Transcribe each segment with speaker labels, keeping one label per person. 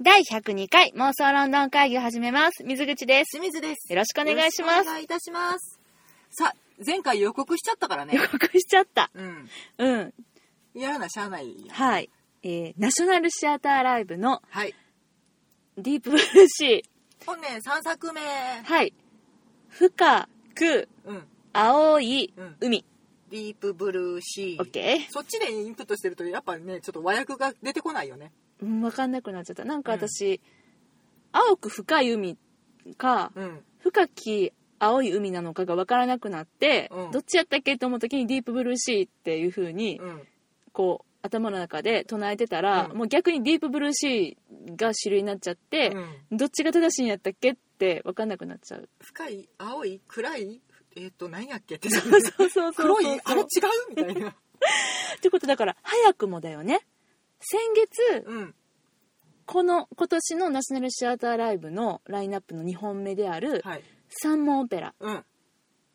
Speaker 1: 第102回妄想ロンドン会議を始めます。水口です。
Speaker 2: 清水です。
Speaker 1: よろしくお願いします
Speaker 2: よろくお願いいたします。さ、前回予告しちゃったからね
Speaker 1: 予。告しちゃった。
Speaker 2: うん。
Speaker 1: うん。
Speaker 2: やらなしゃあないや。
Speaker 1: はい。えー、ナショナルシアターライブの
Speaker 2: はい。
Speaker 1: ディープブルーシ
Speaker 2: 本年3作目。
Speaker 1: ー。はい。深く
Speaker 2: うん。
Speaker 1: 青い
Speaker 2: うん
Speaker 1: 海。
Speaker 2: ディープブルーシ
Speaker 1: オッ
Speaker 2: ー。
Speaker 1: ケ
Speaker 2: そっちでインプットしてると、やっぱね、ちょっと和訳が出てこないよね。
Speaker 1: ーうん、わかんなくなっちゃった。なんか私、青く深い海か、
Speaker 2: うん。
Speaker 1: 深き青い海なのかがわからなくなって、
Speaker 2: うん
Speaker 1: どっちやったっけと思った時にディープブルーシーっていう風に、
Speaker 2: うん。
Speaker 1: こう頭の中で唱えてたら、
Speaker 2: うん
Speaker 1: もう逆にディープブルーシーが主流になっちゃって、どっちが正しいんやったっけって分かんなくなっちゃう
Speaker 2: 深い、青い、暗い、えっ、と、何やっけって。
Speaker 1: そうそうそうそう
Speaker 2: 黒い、あ
Speaker 1: っ
Speaker 2: れ違うみたいな。
Speaker 1: てことだから早くもだよね先月
Speaker 2: うん。
Speaker 1: この今年のナショナルシアターライブのラインナップの2本目である
Speaker 2: はい。
Speaker 1: 三門オペラ
Speaker 2: うん。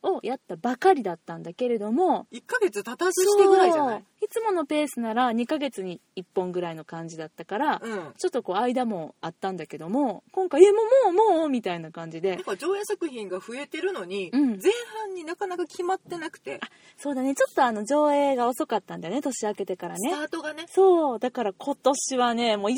Speaker 1: をやったばかりだったんだけれども
Speaker 2: 1ヶ月経たずしてぐらいじゃない
Speaker 1: そういつものペースなら2ヶ月に1本ぐらいの感じだったから、
Speaker 2: うん。
Speaker 1: ちょっとこう間もあったんだけども今回「えもうもうもう」みたいな感じで
Speaker 2: なんか上映作品が増えてるのに、
Speaker 1: うん
Speaker 2: 前半になかなか決まってなくて、
Speaker 1: そうだねちょっとあの上映が遅かったんだよね年明けてから
Speaker 2: スタ
Speaker 1: ね
Speaker 2: ートがね
Speaker 1: そうだから今年はねもう忙し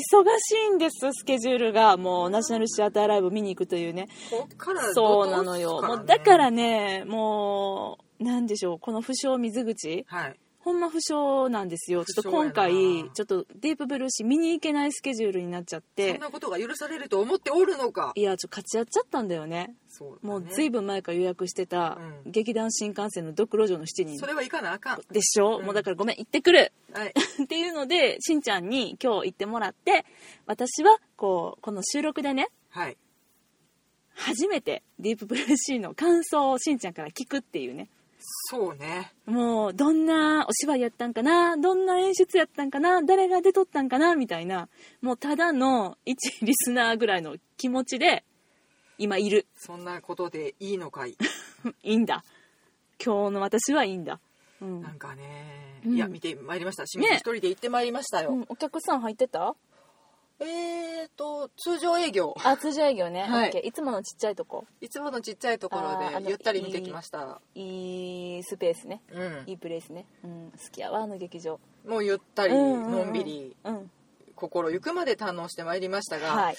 Speaker 1: いんですスケジュールがもうナショナルシアターライブ見に行くというね
Speaker 2: こっから
Speaker 1: そうなのよ
Speaker 2: ど
Speaker 1: も
Speaker 2: う
Speaker 1: う
Speaker 2: すっ
Speaker 1: だから
Speaker 2: ね
Speaker 1: ねもうなんでしょうこの不詳水口
Speaker 2: はい
Speaker 1: ほんま不詳なんですよちょっと今
Speaker 2: 不詳や
Speaker 1: 回
Speaker 2: な
Speaker 1: ちょっとディープブルーシー見に行けないスケジュールになっちゃっ
Speaker 2: そ
Speaker 1: て
Speaker 2: んなことが許されると思っておるのか
Speaker 1: いやちょっと勝ち合っちゃったんだよね
Speaker 2: そうだね
Speaker 1: もうずいぶん前から予約してた
Speaker 2: うん
Speaker 1: 劇団新幹線のドクロ城の7人
Speaker 2: それはいかなあかん
Speaker 1: でしょ、
Speaker 2: うん
Speaker 1: もうだからごめん行ってくる
Speaker 2: はい
Speaker 1: っていうのでしんちゃんに今日行ってもらって私はこうこの収録でね
Speaker 2: はい
Speaker 1: 初めてディープブルーシーの感想をしんちゃんから聞くっていうね
Speaker 2: そうね
Speaker 1: もうどんなお芝居やったんかなどんな演出やったんかな誰が出とったんかなみたいなもうただの一リスナーぐらいの気持ちで今いる
Speaker 2: そんなことでいいのかい
Speaker 1: いいんだ今日の私はいいんだ、うん
Speaker 2: なんかね、
Speaker 1: うん
Speaker 2: いや見てまいりました清水
Speaker 1: ね
Speaker 2: 一人で行ってまいりましたよ、
Speaker 1: うんお客さん入って た
Speaker 2: えーと通常営業
Speaker 1: あ通常営業ね、
Speaker 2: はい
Speaker 1: オッケーいつものちっちゃいとこ
Speaker 2: いつものちっちゃいとこ
Speaker 1: あーあ
Speaker 2: ろ
Speaker 1: の
Speaker 2: でゆったり見てきました
Speaker 1: いいスペースね
Speaker 2: うん
Speaker 1: いいプレイスね、うん、好きやわあの劇場
Speaker 2: もうゆったり
Speaker 1: うんうんうん
Speaker 2: のんびり
Speaker 1: うん
Speaker 2: 心ゆくまで堪能してまいりましたが、
Speaker 1: はい、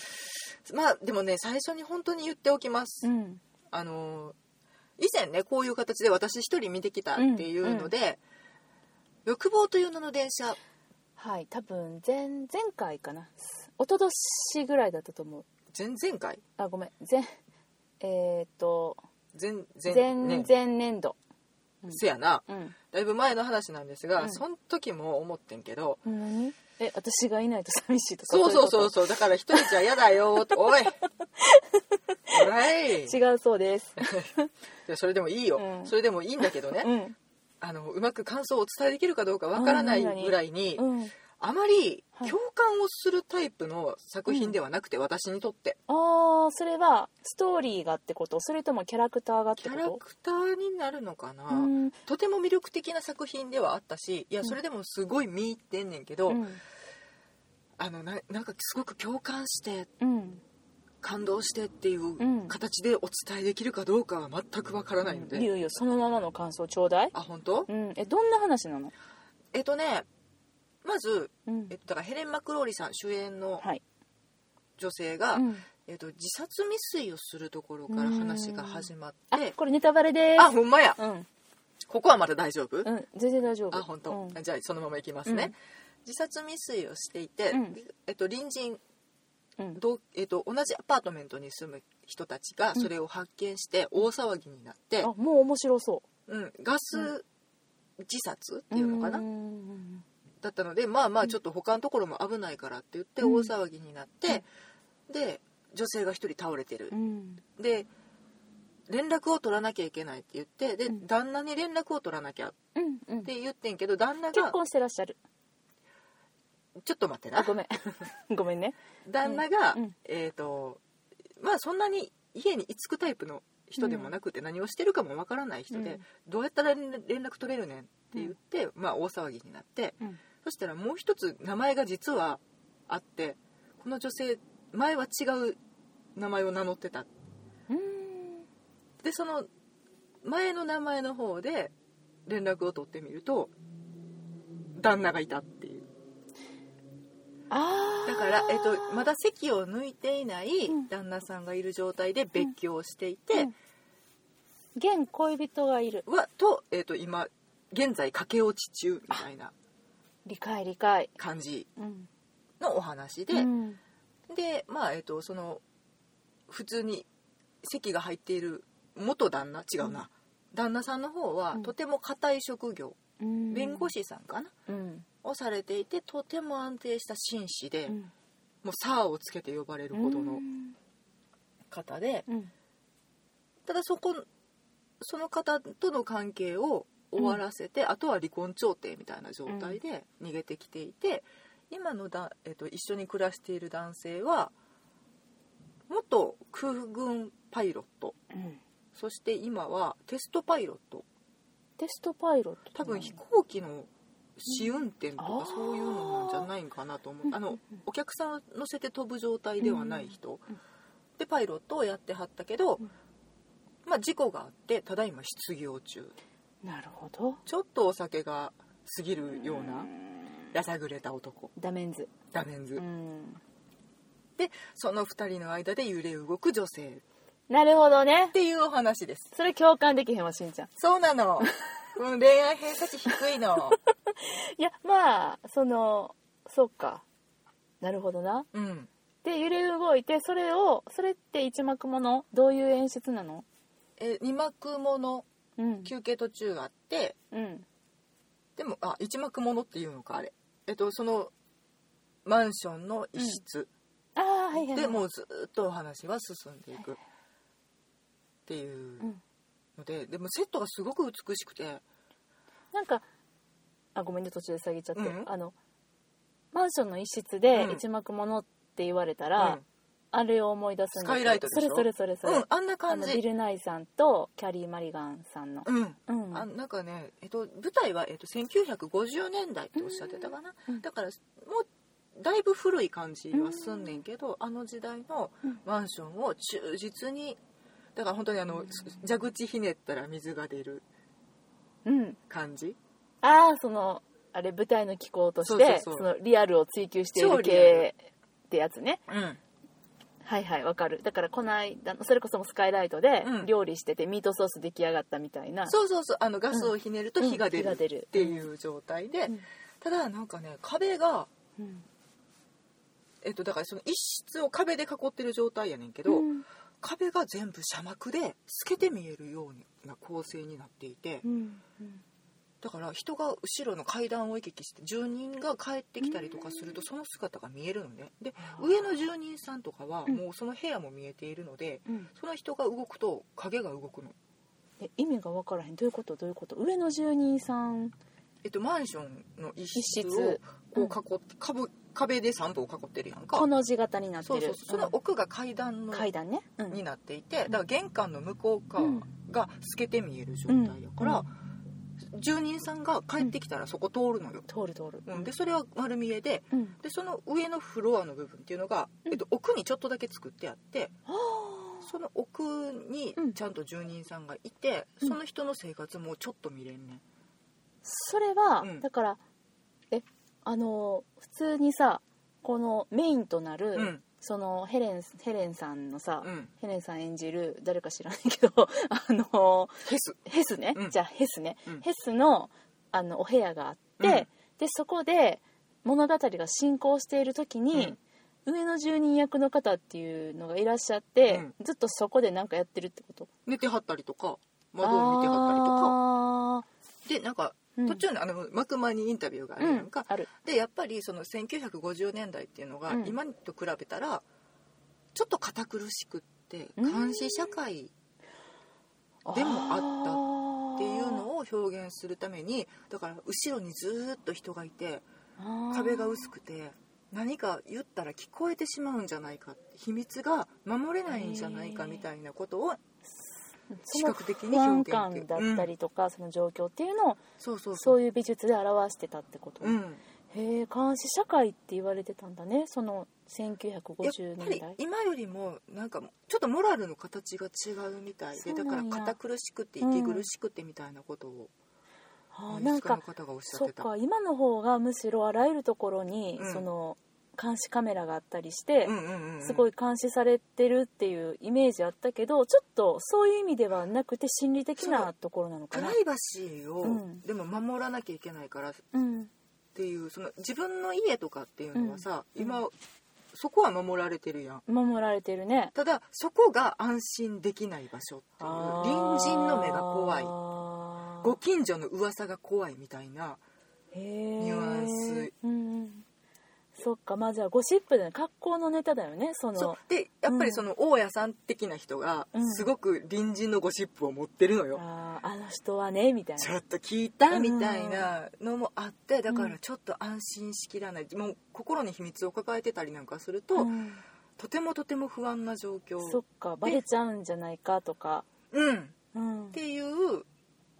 Speaker 2: まあでもね最初に本当に言っておきます、
Speaker 1: うん、
Speaker 2: あの以前ねこういう形で私一人見てきたっていうので、欲望という名の電車
Speaker 1: はい多分前前回かな一昨年ぐらいだったと思う
Speaker 2: 前々回
Speaker 1: あごめん前えーっと
Speaker 2: 前
Speaker 1: 前
Speaker 2: 前年
Speaker 1: 前年度
Speaker 2: せやな
Speaker 1: うん
Speaker 2: だいぶ前の話なんですが、
Speaker 1: うん
Speaker 2: その時も思ってんけど
Speaker 1: 何え私がいないと寂しいとか
Speaker 2: そうそうそう
Speaker 1: いこ
Speaker 2: そうだから一人じゃ嫌 だよとおいおらい
Speaker 1: と違うそうです
Speaker 2: でそれでもいいよ、
Speaker 1: うん
Speaker 2: それでもいいんだけどね、
Speaker 1: うん
Speaker 2: あのうまく感想をお伝えできるかどうかわからないぐらいに、
Speaker 1: うん
Speaker 2: あまり
Speaker 1: はい
Speaker 2: 共感をするタイプの作品ではなくて、私にとって
Speaker 1: ああそれはストーリーがってことそれともキャラクターがっ
Speaker 2: キ
Speaker 1: てこと
Speaker 2: ャラクターになるのかな、
Speaker 1: うん
Speaker 2: とても魅力的な作品ではあったしいや
Speaker 1: うん
Speaker 2: それでもすごい見入ってんねんけど、
Speaker 1: うん
Speaker 2: あのななんかすごく共感して
Speaker 1: うん
Speaker 2: 感動してってい
Speaker 1: ん
Speaker 2: う形でお伝えできるかどうかは全くわからないので、
Speaker 1: いいよいいよそのままの感想ちょうだい
Speaker 2: あ本当
Speaker 1: うん、えどんな話なの、
Speaker 2: えっとねまず、
Speaker 1: うん
Speaker 2: えっと、だからヘレン・マクローリさん主演の
Speaker 1: はい、
Speaker 2: 女性が、
Speaker 1: うん
Speaker 2: えっと、自殺未遂をするところから話が始まっ
Speaker 1: あ
Speaker 2: て
Speaker 1: これネタバレです
Speaker 2: あほんまや
Speaker 1: うん、
Speaker 2: ここはまだ大丈夫、
Speaker 1: うん、全然大丈夫
Speaker 2: あ本当、
Speaker 1: うん
Speaker 2: じゃあそのままいきますね、
Speaker 1: うん
Speaker 2: 自殺未遂をしていて、
Speaker 1: うん
Speaker 2: えっと、隣人
Speaker 1: うん
Speaker 2: 同、えっと、同じアパートメントに住む人たちが
Speaker 1: うん
Speaker 2: それを発見して大騒ぎになって
Speaker 1: あ、もう面白そ
Speaker 2: うん、ガス自殺
Speaker 1: う
Speaker 2: っていうのかな、
Speaker 1: うん
Speaker 2: だったのでまあまあちょっと他のところも危ないからって言って
Speaker 1: うん
Speaker 2: 大騒ぎになって、で女性が一人倒れてる
Speaker 1: う、ん
Speaker 2: で連絡を取らなきゃいけないって言ってで、
Speaker 1: うん
Speaker 2: 旦那に連絡を取らなきゃっ
Speaker 1: うんうん
Speaker 2: て言ってんけど旦那
Speaker 1: 結
Speaker 2: が
Speaker 1: 婚してらっしゃる
Speaker 2: ちょっと待ってな
Speaker 1: あごめん ごめんね
Speaker 2: 旦那が、
Speaker 1: うんうん
Speaker 2: えっ、とまあそんなに家に居つくタイプの人でもなくて何をしてるかもわからない人で、
Speaker 1: うん
Speaker 2: どうやったら連連絡取れるねんって言って、まあ大騒ぎになって、
Speaker 1: うん
Speaker 2: そしたらもう一つ名前が実はあってこの女性前は違う名前を名乗ってた
Speaker 1: うん
Speaker 2: でその前の名前の方で連絡を取ってみると旦那がいたっていう
Speaker 1: あー
Speaker 2: だから、えっと、まだ席を抜いていない
Speaker 1: うん
Speaker 2: 旦那さんがいる状態で別居をしていて、
Speaker 1: うん現恋人がいる
Speaker 2: はと,、えっと今現在駆け落ち中みたいな
Speaker 1: 理解理解
Speaker 2: 感じ
Speaker 1: うん
Speaker 2: のお話で、
Speaker 1: うん
Speaker 2: でまあえっとその普通に席が入っている元旦那違うな、旦那さんの方は、
Speaker 1: うん
Speaker 2: とても堅い職業
Speaker 1: うん
Speaker 2: 弁護士さんかな、
Speaker 1: うん
Speaker 2: をされていてとても安定した紳士で、
Speaker 1: うん
Speaker 2: もう「さあ」をつけて呼ばれるほどの方で、
Speaker 1: うん
Speaker 2: ただそこその方との関係を終わらせて、あとは離婚調停みたいな状態で逃げてきていて、今のだ、えっと一緒に暮らしている男性は元空軍パイロット
Speaker 1: うん
Speaker 2: そして今はテストパイロット
Speaker 1: テストパイロット
Speaker 2: 多分飛行機の試運転
Speaker 1: う
Speaker 2: と
Speaker 1: んあー
Speaker 2: かそういうのなんじゃないんかなと思うあ
Speaker 1: うん
Speaker 2: の
Speaker 1: うんうん
Speaker 2: お客さんを乗せて飛ぶ状態ではない人
Speaker 1: うんうん
Speaker 2: でパイロットをやってはったけど
Speaker 1: うん、
Speaker 2: まあ、事故があってただ今失業中
Speaker 1: なるほど
Speaker 2: ちょっとお酒が過ぎるような
Speaker 1: うん
Speaker 2: やさぐれた男
Speaker 1: ダメンズ
Speaker 2: ダメンズ
Speaker 1: うん
Speaker 2: でその2人の間で揺れ動く女性っ
Speaker 1: なるほどね
Speaker 2: ていうお話です
Speaker 1: それ共感できへんわしんちゃん
Speaker 2: そう なのうん恋愛偏差値低いの
Speaker 1: いやまあそのそっかなるほどな
Speaker 2: うん
Speaker 1: で揺れ動いてそれをそれって一幕ものどういう演出なの
Speaker 2: え2幕もの
Speaker 1: うん
Speaker 2: 休憩途中があって
Speaker 1: うん
Speaker 2: でもあ一幕ものっていうのかあれえっとそのマンションの一室
Speaker 1: ああはいはいはい
Speaker 2: でもうずっとお話は進んでいくっていう
Speaker 1: うん
Speaker 2: のででもセットがすごく美しくて
Speaker 1: なんかあごめんね途中で下げちゃって、
Speaker 2: うん
Speaker 1: あのマンションの一室で
Speaker 2: うん
Speaker 1: 一幕ものって言われた
Speaker 2: う
Speaker 1: ら、
Speaker 2: ん
Speaker 1: あれを思い出すんだけど
Speaker 2: スカイライトでしょ
Speaker 1: それそれそれそれ、
Speaker 2: うんあんな
Speaker 1: あ
Speaker 2: 感
Speaker 1: の
Speaker 2: じ
Speaker 1: ビル・ナイさんとキャリー・マリガンさんの
Speaker 2: うん
Speaker 1: うん
Speaker 2: あなんかね、えっと、舞台は、えっと、1950年代っておっしゃってたかな、
Speaker 1: うん
Speaker 2: だからもうだいぶ古い感じはすんねんけど、あの時代の
Speaker 1: うん
Speaker 2: マンションを忠実にだから本当にあの蛇口ひねったら水が出る
Speaker 1: うん
Speaker 2: 感じ
Speaker 1: ああそのあれ舞台の機構としてそ
Speaker 2: そうそうそう
Speaker 1: のリアルを追求してい
Speaker 2: 超
Speaker 1: る
Speaker 2: リアル
Speaker 1: 系ってやつね
Speaker 2: うん
Speaker 1: はいはいわかるだからこの間それこそもうスカイライトで
Speaker 2: うん
Speaker 1: 料理しててミートソース出来上がったみたいな、
Speaker 2: そうそうそうあのガスをひねると
Speaker 1: うん
Speaker 2: 火が出
Speaker 1: 火が出
Speaker 2: る
Speaker 1: る
Speaker 2: っていう状態で、
Speaker 1: うん
Speaker 2: ただなんかね壁が、
Speaker 1: うん
Speaker 2: えっと、だからその一室を壁で囲ってる状態やねんけど、
Speaker 1: うん
Speaker 2: 壁が全部砂漠で透けて見えるような構成になっていて。
Speaker 1: うんうん
Speaker 2: だから人が後ろの階段を行き来して住人が帰ってきたりとかするとその姿が見えるのねで上の住人さんとかは
Speaker 1: うん
Speaker 2: もうその部屋も見えているので
Speaker 1: うん
Speaker 2: その人が動くと影が動くの、
Speaker 1: え意味が分からへんどういうことどういうこと上の住人さん
Speaker 2: えっと、マンションの一室
Speaker 1: 一
Speaker 2: を
Speaker 1: 室
Speaker 2: こう囲って壁壁で3本囲ってるやんか
Speaker 1: この字型になって
Speaker 2: そう
Speaker 1: る
Speaker 2: そうそうその奥が階段
Speaker 1: うん
Speaker 2: の
Speaker 1: 階段ね、うん
Speaker 2: になっていてだから玄関の向こう側
Speaker 1: うん
Speaker 2: が透けて見える状態だか
Speaker 1: う
Speaker 2: ら住人さんが帰ってきたらそこ通るのよ、
Speaker 1: 通る通る、
Speaker 2: うん、でそれは丸見えで
Speaker 1: うん
Speaker 2: でその上のフロアの部分っていうのが、
Speaker 1: うん
Speaker 2: えっと、奥にちょっとだけ作ってあって
Speaker 1: はあ
Speaker 2: その奥に
Speaker 1: うん
Speaker 2: ちゃんと住人さんがいて、
Speaker 1: うん
Speaker 2: その人の生活もちょっと見れんねん
Speaker 1: それは、
Speaker 2: うん
Speaker 1: だからえあの普通にさこのメインとなる、
Speaker 2: うん
Speaker 1: そのヘレンヘレンさんのさ、
Speaker 2: うん
Speaker 1: ヘレンさん演じる誰か知らないけど あの
Speaker 2: フェス
Speaker 1: ヘスね、
Speaker 2: うん
Speaker 1: じゃあヘスね、
Speaker 2: うん
Speaker 1: ヘスのあのお部屋があって、
Speaker 2: うん
Speaker 1: でそこで物語が進行している時に、上の住人役の方っていうのがいらっしゃって、
Speaker 2: うん
Speaker 1: ずっとそこで何かやってるってこと
Speaker 2: 寝てはったりとか窓を見てはったりとか
Speaker 1: あ
Speaker 2: でなんか
Speaker 1: ーうん
Speaker 2: 途中のあの幕間にインタビューがあるやんか、
Speaker 1: うんある
Speaker 2: でやっぱりその1950年代っていうのが
Speaker 1: うん
Speaker 2: 今と比べたらちょっと堅苦しくって
Speaker 1: うん
Speaker 2: 監視社会でもあったっていうのを表現するためにだから後ろにずーっと人がいて
Speaker 1: あー
Speaker 2: 壁が薄くて何か言ったら聞こえてしまうんじゃないか秘密が守れないんじゃないかみたいなことを視覚的に
Speaker 1: 不安
Speaker 2: 表現ってい
Speaker 1: 感
Speaker 2: う
Speaker 1: だったりとか、その状況っていうのを
Speaker 2: そうそうそう
Speaker 1: そういう美術で表してたってこと、
Speaker 2: うん
Speaker 1: へえ監視社会って言われてたんだねその1950
Speaker 2: やっ
Speaker 1: 年
Speaker 2: ぱり
Speaker 1: 代
Speaker 2: 今よりもなんかちょっとモラルの形が違うみたい
Speaker 1: そ
Speaker 2: で
Speaker 1: うな
Speaker 2: だ
Speaker 1: ん
Speaker 2: か
Speaker 1: や
Speaker 2: ら堅苦しくて息苦しくてみたいなことを
Speaker 1: あーなん
Speaker 2: 演出家
Speaker 1: か
Speaker 2: の方がおっしゃ
Speaker 1: そ
Speaker 2: っ
Speaker 1: って
Speaker 2: た
Speaker 1: か今の方がむしろあらゆるところに、
Speaker 2: うん
Speaker 1: その監視カメラがあったりして、
Speaker 2: うんうんうんうん
Speaker 1: すごい監視されてるっていうイメージあったけどちょっとそういう意味ではなくて心理的
Speaker 2: そ
Speaker 1: な
Speaker 2: う
Speaker 1: ところなのか
Speaker 2: プ
Speaker 1: な
Speaker 2: ラ。イバシーを、
Speaker 1: うん
Speaker 2: でも守らなきゃいけないからっ
Speaker 1: うん
Speaker 2: ていうその自分の家とかっていうのはさ、
Speaker 1: うん
Speaker 2: 今、そこは守られてるやん
Speaker 1: 守られてるね
Speaker 2: ただそこが安心できない場所っていう
Speaker 1: あー
Speaker 2: 隣人の目が怖い
Speaker 1: あー
Speaker 2: ご近所の噂が怖いみたいな
Speaker 1: ニ
Speaker 2: ニュアンス、
Speaker 1: うんうん、そっかまあじゃあゴシップだね格好のネタだよねその
Speaker 2: そうでやっぱ
Speaker 1: うん
Speaker 2: りその大家さん的な人が
Speaker 1: うん
Speaker 2: すごく隣人のゴシップを持ってるのよ、
Speaker 1: あーあの人はねみたい
Speaker 2: ち
Speaker 1: な
Speaker 2: ょっと聞いたみたいなのもあってだからちょっと安心しきらないもう心に秘密を抱えてたりなんかすると、
Speaker 1: うん
Speaker 2: とてもとても不安な状況
Speaker 1: そっかバレちゃうんじゃないかとか、
Speaker 2: うん、っ
Speaker 1: うん、
Speaker 2: ていう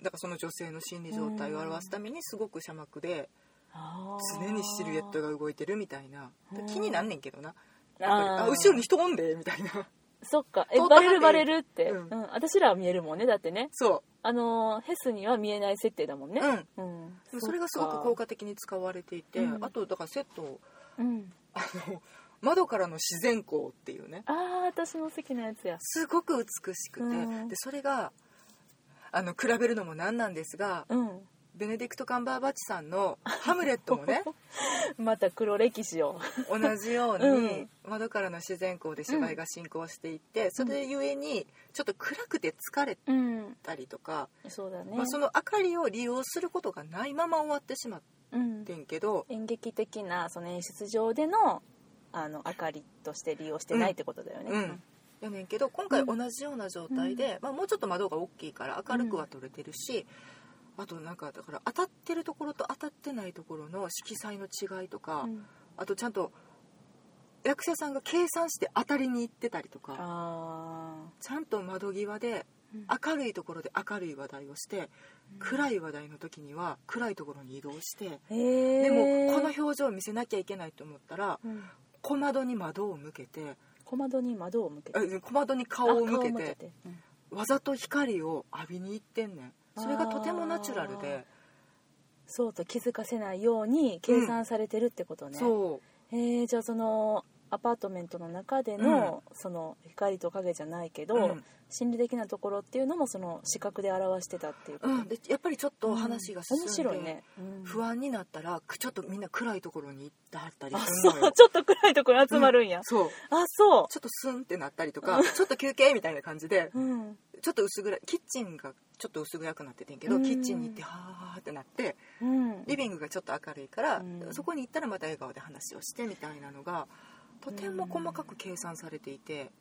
Speaker 2: だからその女性の心理状態を表すためにすごく邪魔で
Speaker 1: あー
Speaker 2: 常にシルエットが動いてるみたいな
Speaker 1: うん
Speaker 2: 気になんねんけどなやっぱり
Speaker 1: あ
Speaker 2: あ
Speaker 1: ー
Speaker 2: 後ろに人おんでみたいな
Speaker 1: そっかえ
Speaker 2: 遠く
Speaker 1: バレ
Speaker 2: 離れ
Speaker 1: る
Speaker 2: る
Speaker 1: バレるって、う
Speaker 2: うんん
Speaker 1: 私らは見えるもんねだってね
Speaker 2: そ
Speaker 1: あのーヘスには見えない設定だもん
Speaker 2: う、
Speaker 1: ね
Speaker 2: うん、
Speaker 1: うん、
Speaker 2: でもそれがすごく効果的に使われていて、
Speaker 1: うん
Speaker 2: あとだからセットを
Speaker 1: うん、
Speaker 2: あの窓からの自然光っていうね
Speaker 1: ああ私の席のやつや
Speaker 2: すごく美しくて、
Speaker 1: うん
Speaker 2: でそれがあの比べるのもなんなんですが
Speaker 1: うん
Speaker 2: ベネディクト・カンバーバッチさんの「ハムレット」も ね
Speaker 1: また黒歴史を
Speaker 2: 同じように、
Speaker 1: うん
Speaker 2: 窓からの自然光で芝居が進行していって、それゆえにちょっと暗くて疲れ
Speaker 1: うん
Speaker 2: たりとか、
Speaker 1: そうだね、
Speaker 2: まあ、その明かりを利用することがないまま終わってしまっ
Speaker 1: うん、
Speaker 2: てんけど、
Speaker 1: 演劇的なその演出上でのあの明かりとして利用してないってことだよね。
Speaker 2: うん、やねんけど今回同じような状態で、まあ、もうちょっと窓が大きいから明るくは撮れてるし、あとなんかだから当たってるところと当たってないところの色彩の違いとか、
Speaker 1: うん
Speaker 2: あとちゃんと役者さんが計算して当たりに行ってたりとか
Speaker 1: あ
Speaker 2: ちゃんと窓際で
Speaker 1: うん
Speaker 2: 明るいところで明るい話題をして、暗い話題の時には暗いところに移動して。
Speaker 1: ーへえ。
Speaker 2: でもこの表情を見せなきゃいけないと思ったら
Speaker 1: うん
Speaker 2: 小窓に窓を向けて
Speaker 1: 小窓に窓を向けて、
Speaker 2: え小窓に顔を向け
Speaker 1: あ
Speaker 2: て
Speaker 1: うん
Speaker 2: わざと光を浴びに行ってんねんそれがとてもナチュラルで、
Speaker 1: そうと気づかせないように計算されてるってことね。
Speaker 2: そ
Speaker 1: へえじゃあそのアパートメントの中での、その光と影じゃないけど、
Speaker 2: うん
Speaker 1: 心理的なところっていうのもその視覚で表してたっていうこ
Speaker 2: う、
Speaker 1: と。
Speaker 2: うん、でやっぱりちょっと話が進んで、
Speaker 1: 面白いね。うん
Speaker 2: 不安になったらくちょっとみんな暗いところに行ってはったり
Speaker 1: あ
Speaker 2: す
Speaker 1: そ
Speaker 2: るの
Speaker 1: う
Speaker 2: よ
Speaker 1: ちょっと暗いところ集まるんや。
Speaker 2: そう
Speaker 1: あそう。
Speaker 2: ちょっとスンってなったりとかちょっと休憩みたいな感じで
Speaker 1: うん
Speaker 2: ちょっと薄暗いキッチンがちょっと薄暗くなっててんけど、
Speaker 1: うん
Speaker 2: キッチンに行ってはーってなって
Speaker 1: うん、
Speaker 2: リビングがちょっと明るいから、
Speaker 1: うん
Speaker 2: そこに行ったらまた笑顔で話をしてみたいなのがとても細かく計算されていて、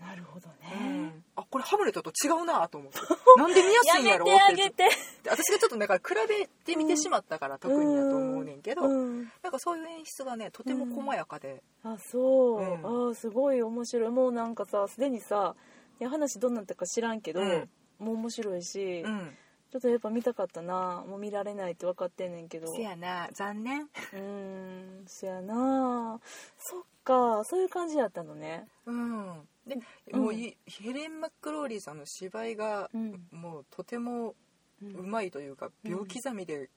Speaker 1: なるほどね、
Speaker 2: うんあこれハムレットと違うな と思ってなんで見やすいんや
Speaker 1: やめ
Speaker 2: ろ
Speaker 1: てあ
Speaker 2: って
Speaker 1: げて、
Speaker 2: 私がちょっとだから比べてみてしまったから特にだと思うねんけど、
Speaker 1: うん、
Speaker 2: なんかそういう演出がねとても細やかで、
Speaker 1: あそう、
Speaker 2: うん
Speaker 1: あーすごい面白いもうなんかさすでにさいや話どんなんだったか知らんけど、
Speaker 2: うん
Speaker 1: もう面白いし、
Speaker 2: うん
Speaker 1: ちょっとやっぱ見たかったなもう見られないって分かってんねんけど
Speaker 2: せやな残念
Speaker 1: うんせやなそっかそういう感じやったのね
Speaker 2: うんで
Speaker 1: うん
Speaker 2: もういヘレン・マックローリーさんの芝居が、
Speaker 1: うん
Speaker 2: もうとても
Speaker 1: う
Speaker 2: うんまいというか、
Speaker 1: うん
Speaker 2: 秒刻みで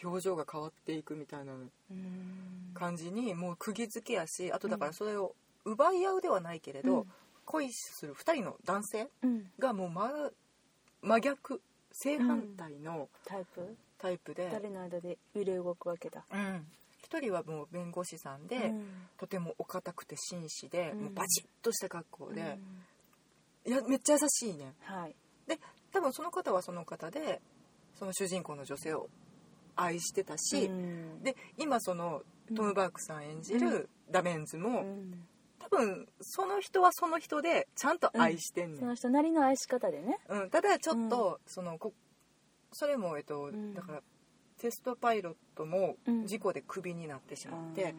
Speaker 2: 表情が変わっていくみたいな
Speaker 1: うん
Speaker 2: 感じにもう釘付けやしあとだからそれを奪い合うではないけれど、
Speaker 1: うん
Speaker 2: 恋する2人の男性
Speaker 1: うん
Speaker 2: がもう真真逆正反対の
Speaker 1: タイプ
Speaker 2: タイプで、
Speaker 1: 誰の間で揺れ動くわけだ、
Speaker 2: うん、1人はもう弁護士さんで、
Speaker 1: うん
Speaker 2: とてもお堅くて紳士で、
Speaker 1: うん
Speaker 2: もうバチッとした格好
Speaker 1: う
Speaker 2: で、
Speaker 1: ん
Speaker 2: いやめっちゃ優しいねん
Speaker 1: はい
Speaker 2: で多分その方はその方でその主人公の女性を愛してたし、
Speaker 1: うん
Speaker 2: で今そのトム・バークさん演じるダメンズも、
Speaker 1: うん
Speaker 2: 多分その人はその人でちゃんと愛してんね
Speaker 1: そ
Speaker 2: ん、
Speaker 1: の人なりの愛し方でね
Speaker 2: うんただちょっと、そのこそれも、えっと
Speaker 1: ん
Speaker 2: だからテストパイロットも
Speaker 1: うん
Speaker 2: 事故でクビになってしまって、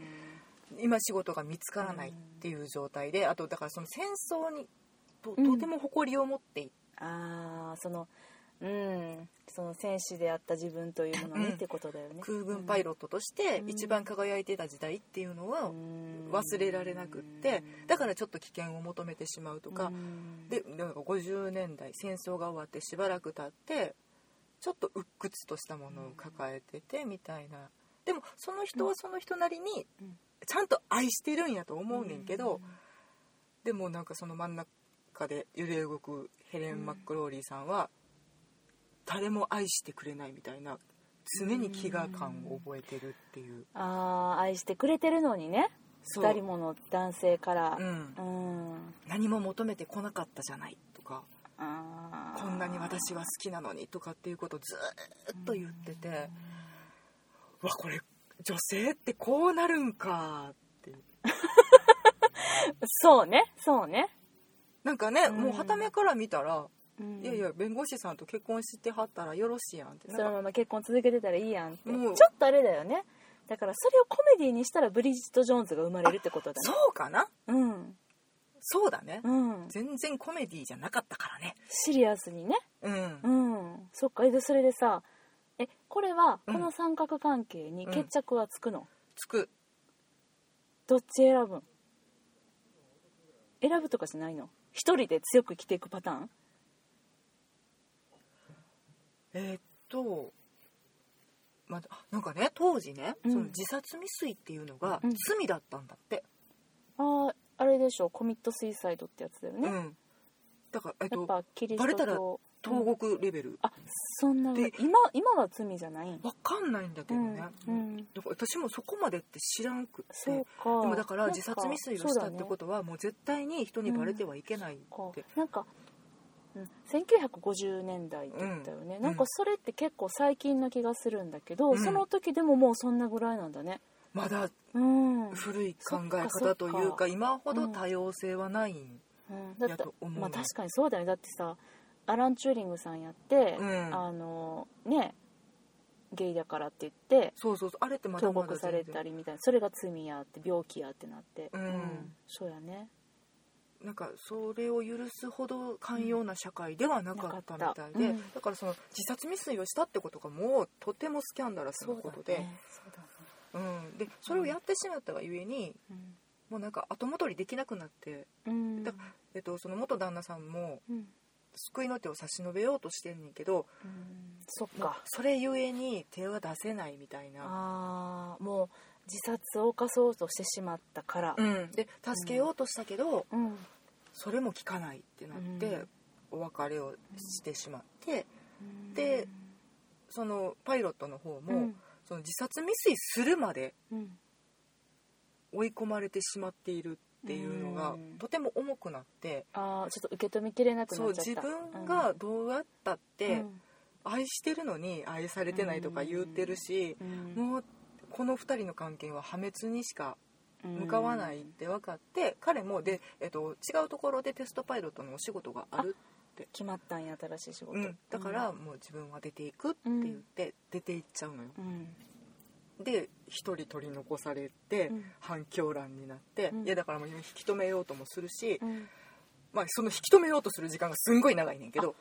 Speaker 2: 今仕事が見つからないっていう状態であとだからその戦争にと
Speaker 1: うん
Speaker 2: とても誇りを持っていて、
Speaker 1: ああそのうん、その戦士であった自分というものね
Speaker 2: うん
Speaker 1: ってことだよね。
Speaker 2: 空軍パイロットとして一番輝いてた時代っていうのは
Speaker 1: うん
Speaker 2: 忘れられなくってだからちょっと危険を求めてしまうとか、
Speaker 1: うん
Speaker 2: でなんか50年代戦争が終わってしばらく経ってちょっと鬱屈としたものを抱えててみたいなでもその人はその人なりに
Speaker 1: うん
Speaker 2: ちゃんと愛してるんやと思うねんけど、でもなんかその真ん中で揺れ動くヘレン・マックローリーさんは誰も愛してくれないみたいな常に飢餓感を覚えてるっていう
Speaker 1: ああ愛してくれてるのにね
Speaker 2: そう
Speaker 1: 2人もの男性から
Speaker 2: うん
Speaker 1: う、ん、
Speaker 2: 何も求めてこなかったじゃないとか
Speaker 1: あー
Speaker 2: こんなに私は好きなのにとかっていうことをずーっと言っててうわこれ女性ってこうなるんかっていう
Speaker 1: そうねそうね、
Speaker 2: なんかね
Speaker 1: うん
Speaker 2: もうはためから見たら
Speaker 1: うん
Speaker 2: いやいや弁護士さんと結婚してはったらよろしいやんって
Speaker 1: そ
Speaker 2: なん
Speaker 1: の
Speaker 2: か
Speaker 1: まま結婚続けてたらいいやんってち
Speaker 2: う
Speaker 1: ょ
Speaker 2: ん
Speaker 1: っとあれだよねだからそれをコメディにしたらブリジット・ジョーンズが生まれるってことだね
Speaker 2: そうかな
Speaker 1: うん
Speaker 2: そうだね
Speaker 1: うん
Speaker 2: 全然コメディじゃなかったからね
Speaker 1: シリアスにね
Speaker 2: うん
Speaker 1: うんそっかえでそれでさえこれは
Speaker 2: う
Speaker 1: こ
Speaker 2: ん
Speaker 1: の三角関係に決着はつくの、
Speaker 2: つく
Speaker 1: どっち選ぶん選ぶとかじゃないの一人で強く生きていくパターン
Speaker 2: えーっとまあなんかね当時ね、
Speaker 1: うん
Speaker 2: その自殺未遂っていうのが
Speaker 1: うん
Speaker 2: 罪だったんだって、
Speaker 1: あああれでしょコミット・スイサイドってやつだよ
Speaker 2: う
Speaker 1: ね、
Speaker 2: んだからえっ
Speaker 1: やっ
Speaker 2: と
Speaker 1: ぱキリスト
Speaker 2: バレ
Speaker 1: 教
Speaker 2: たら東国レベル、
Speaker 1: あそんな
Speaker 2: で
Speaker 1: 今今は罪じゃないん
Speaker 2: わかんないんだけどね、
Speaker 1: うんうん
Speaker 2: だから私もそこまでって知らんくって
Speaker 1: そう
Speaker 2: で
Speaker 1: か
Speaker 2: もだから
Speaker 1: なん
Speaker 2: 自殺未遂をしたってことはもう絶対に人にバレてはいけないっ
Speaker 1: そうだ
Speaker 2: て
Speaker 1: ね、こうなんか、うん、1950年代だったよね、
Speaker 2: うん
Speaker 1: なんかそれって結構最近な気がするんだけど、
Speaker 2: うん
Speaker 1: その時でももうそんなぐらいなんだね
Speaker 2: まだ
Speaker 1: うん、うん、
Speaker 2: 古い考え方とい
Speaker 1: そっ
Speaker 2: う
Speaker 1: か
Speaker 2: か今ほど多様性はない
Speaker 1: だって
Speaker 2: やと思う
Speaker 1: まあ確かにそうだよねだってさアラン・チューリングさんやって、
Speaker 2: うん
Speaker 1: あのねゲイだからって言って
Speaker 2: そうそうそうあれってまだ
Speaker 1: 投
Speaker 2: まだ
Speaker 1: 獄された
Speaker 2: 全然
Speaker 1: りみたいなそれが罪やって病気やってなって
Speaker 2: うん
Speaker 1: そうやね
Speaker 2: なんかそれを許すほど寛容な社会ではなかったみたい
Speaker 1: な
Speaker 2: で
Speaker 1: かったうん
Speaker 2: だからその自殺未遂をしたってことがもうとてもスキャンダラスなことで
Speaker 1: そうだね
Speaker 2: うんでそれをやってしまったがゆえに
Speaker 1: うん
Speaker 2: もうなんか後戻りできなくなって
Speaker 1: うん
Speaker 2: だえっと、その元旦那さんも
Speaker 1: うん
Speaker 2: 救いの手を差し伸べようとしてんねんけど
Speaker 1: うんそっ
Speaker 2: もう
Speaker 1: か
Speaker 2: それゆえに手は出せないみたいな、
Speaker 1: ああもう自殺を犯そうとしてしまったから
Speaker 2: うん、で助けようとしたけど、
Speaker 1: うん
Speaker 2: それも効かないってなって、
Speaker 1: うん
Speaker 2: お別れをしてしまってでそのパイロットの方も、
Speaker 1: うん
Speaker 2: その自殺未遂するまで
Speaker 1: うん
Speaker 2: 追い込まれてしまっているっていうのが、
Speaker 1: うん
Speaker 2: とても重くなって、
Speaker 1: ああちょっと受け止めきれなく
Speaker 2: そ
Speaker 1: な
Speaker 2: う
Speaker 1: っちゃった
Speaker 2: 自分がどうやったっ
Speaker 1: う
Speaker 2: て
Speaker 1: ん
Speaker 2: 愛してるのに愛されてないとか言ってるし。
Speaker 1: うん
Speaker 2: もうこの2人の関係は破滅にしか向かわないって分かって、彼もで、えっと、違うところでテストパイロットのお仕事がある
Speaker 1: 決まったんや新しい仕事、
Speaker 2: うん、だからもう自分は出ていくって言って出て行っちゃうのよ、
Speaker 1: うん
Speaker 2: で1人取り残されて、
Speaker 1: うん
Speaker 2: 反響乱になって、
Speaker 1: うん
Speaker 2: いやだからもう引き止めようともするし、
Speaker 1: うん
Speaker 2: まあ、その引き止めようとする時間がすんごい長いねんけど、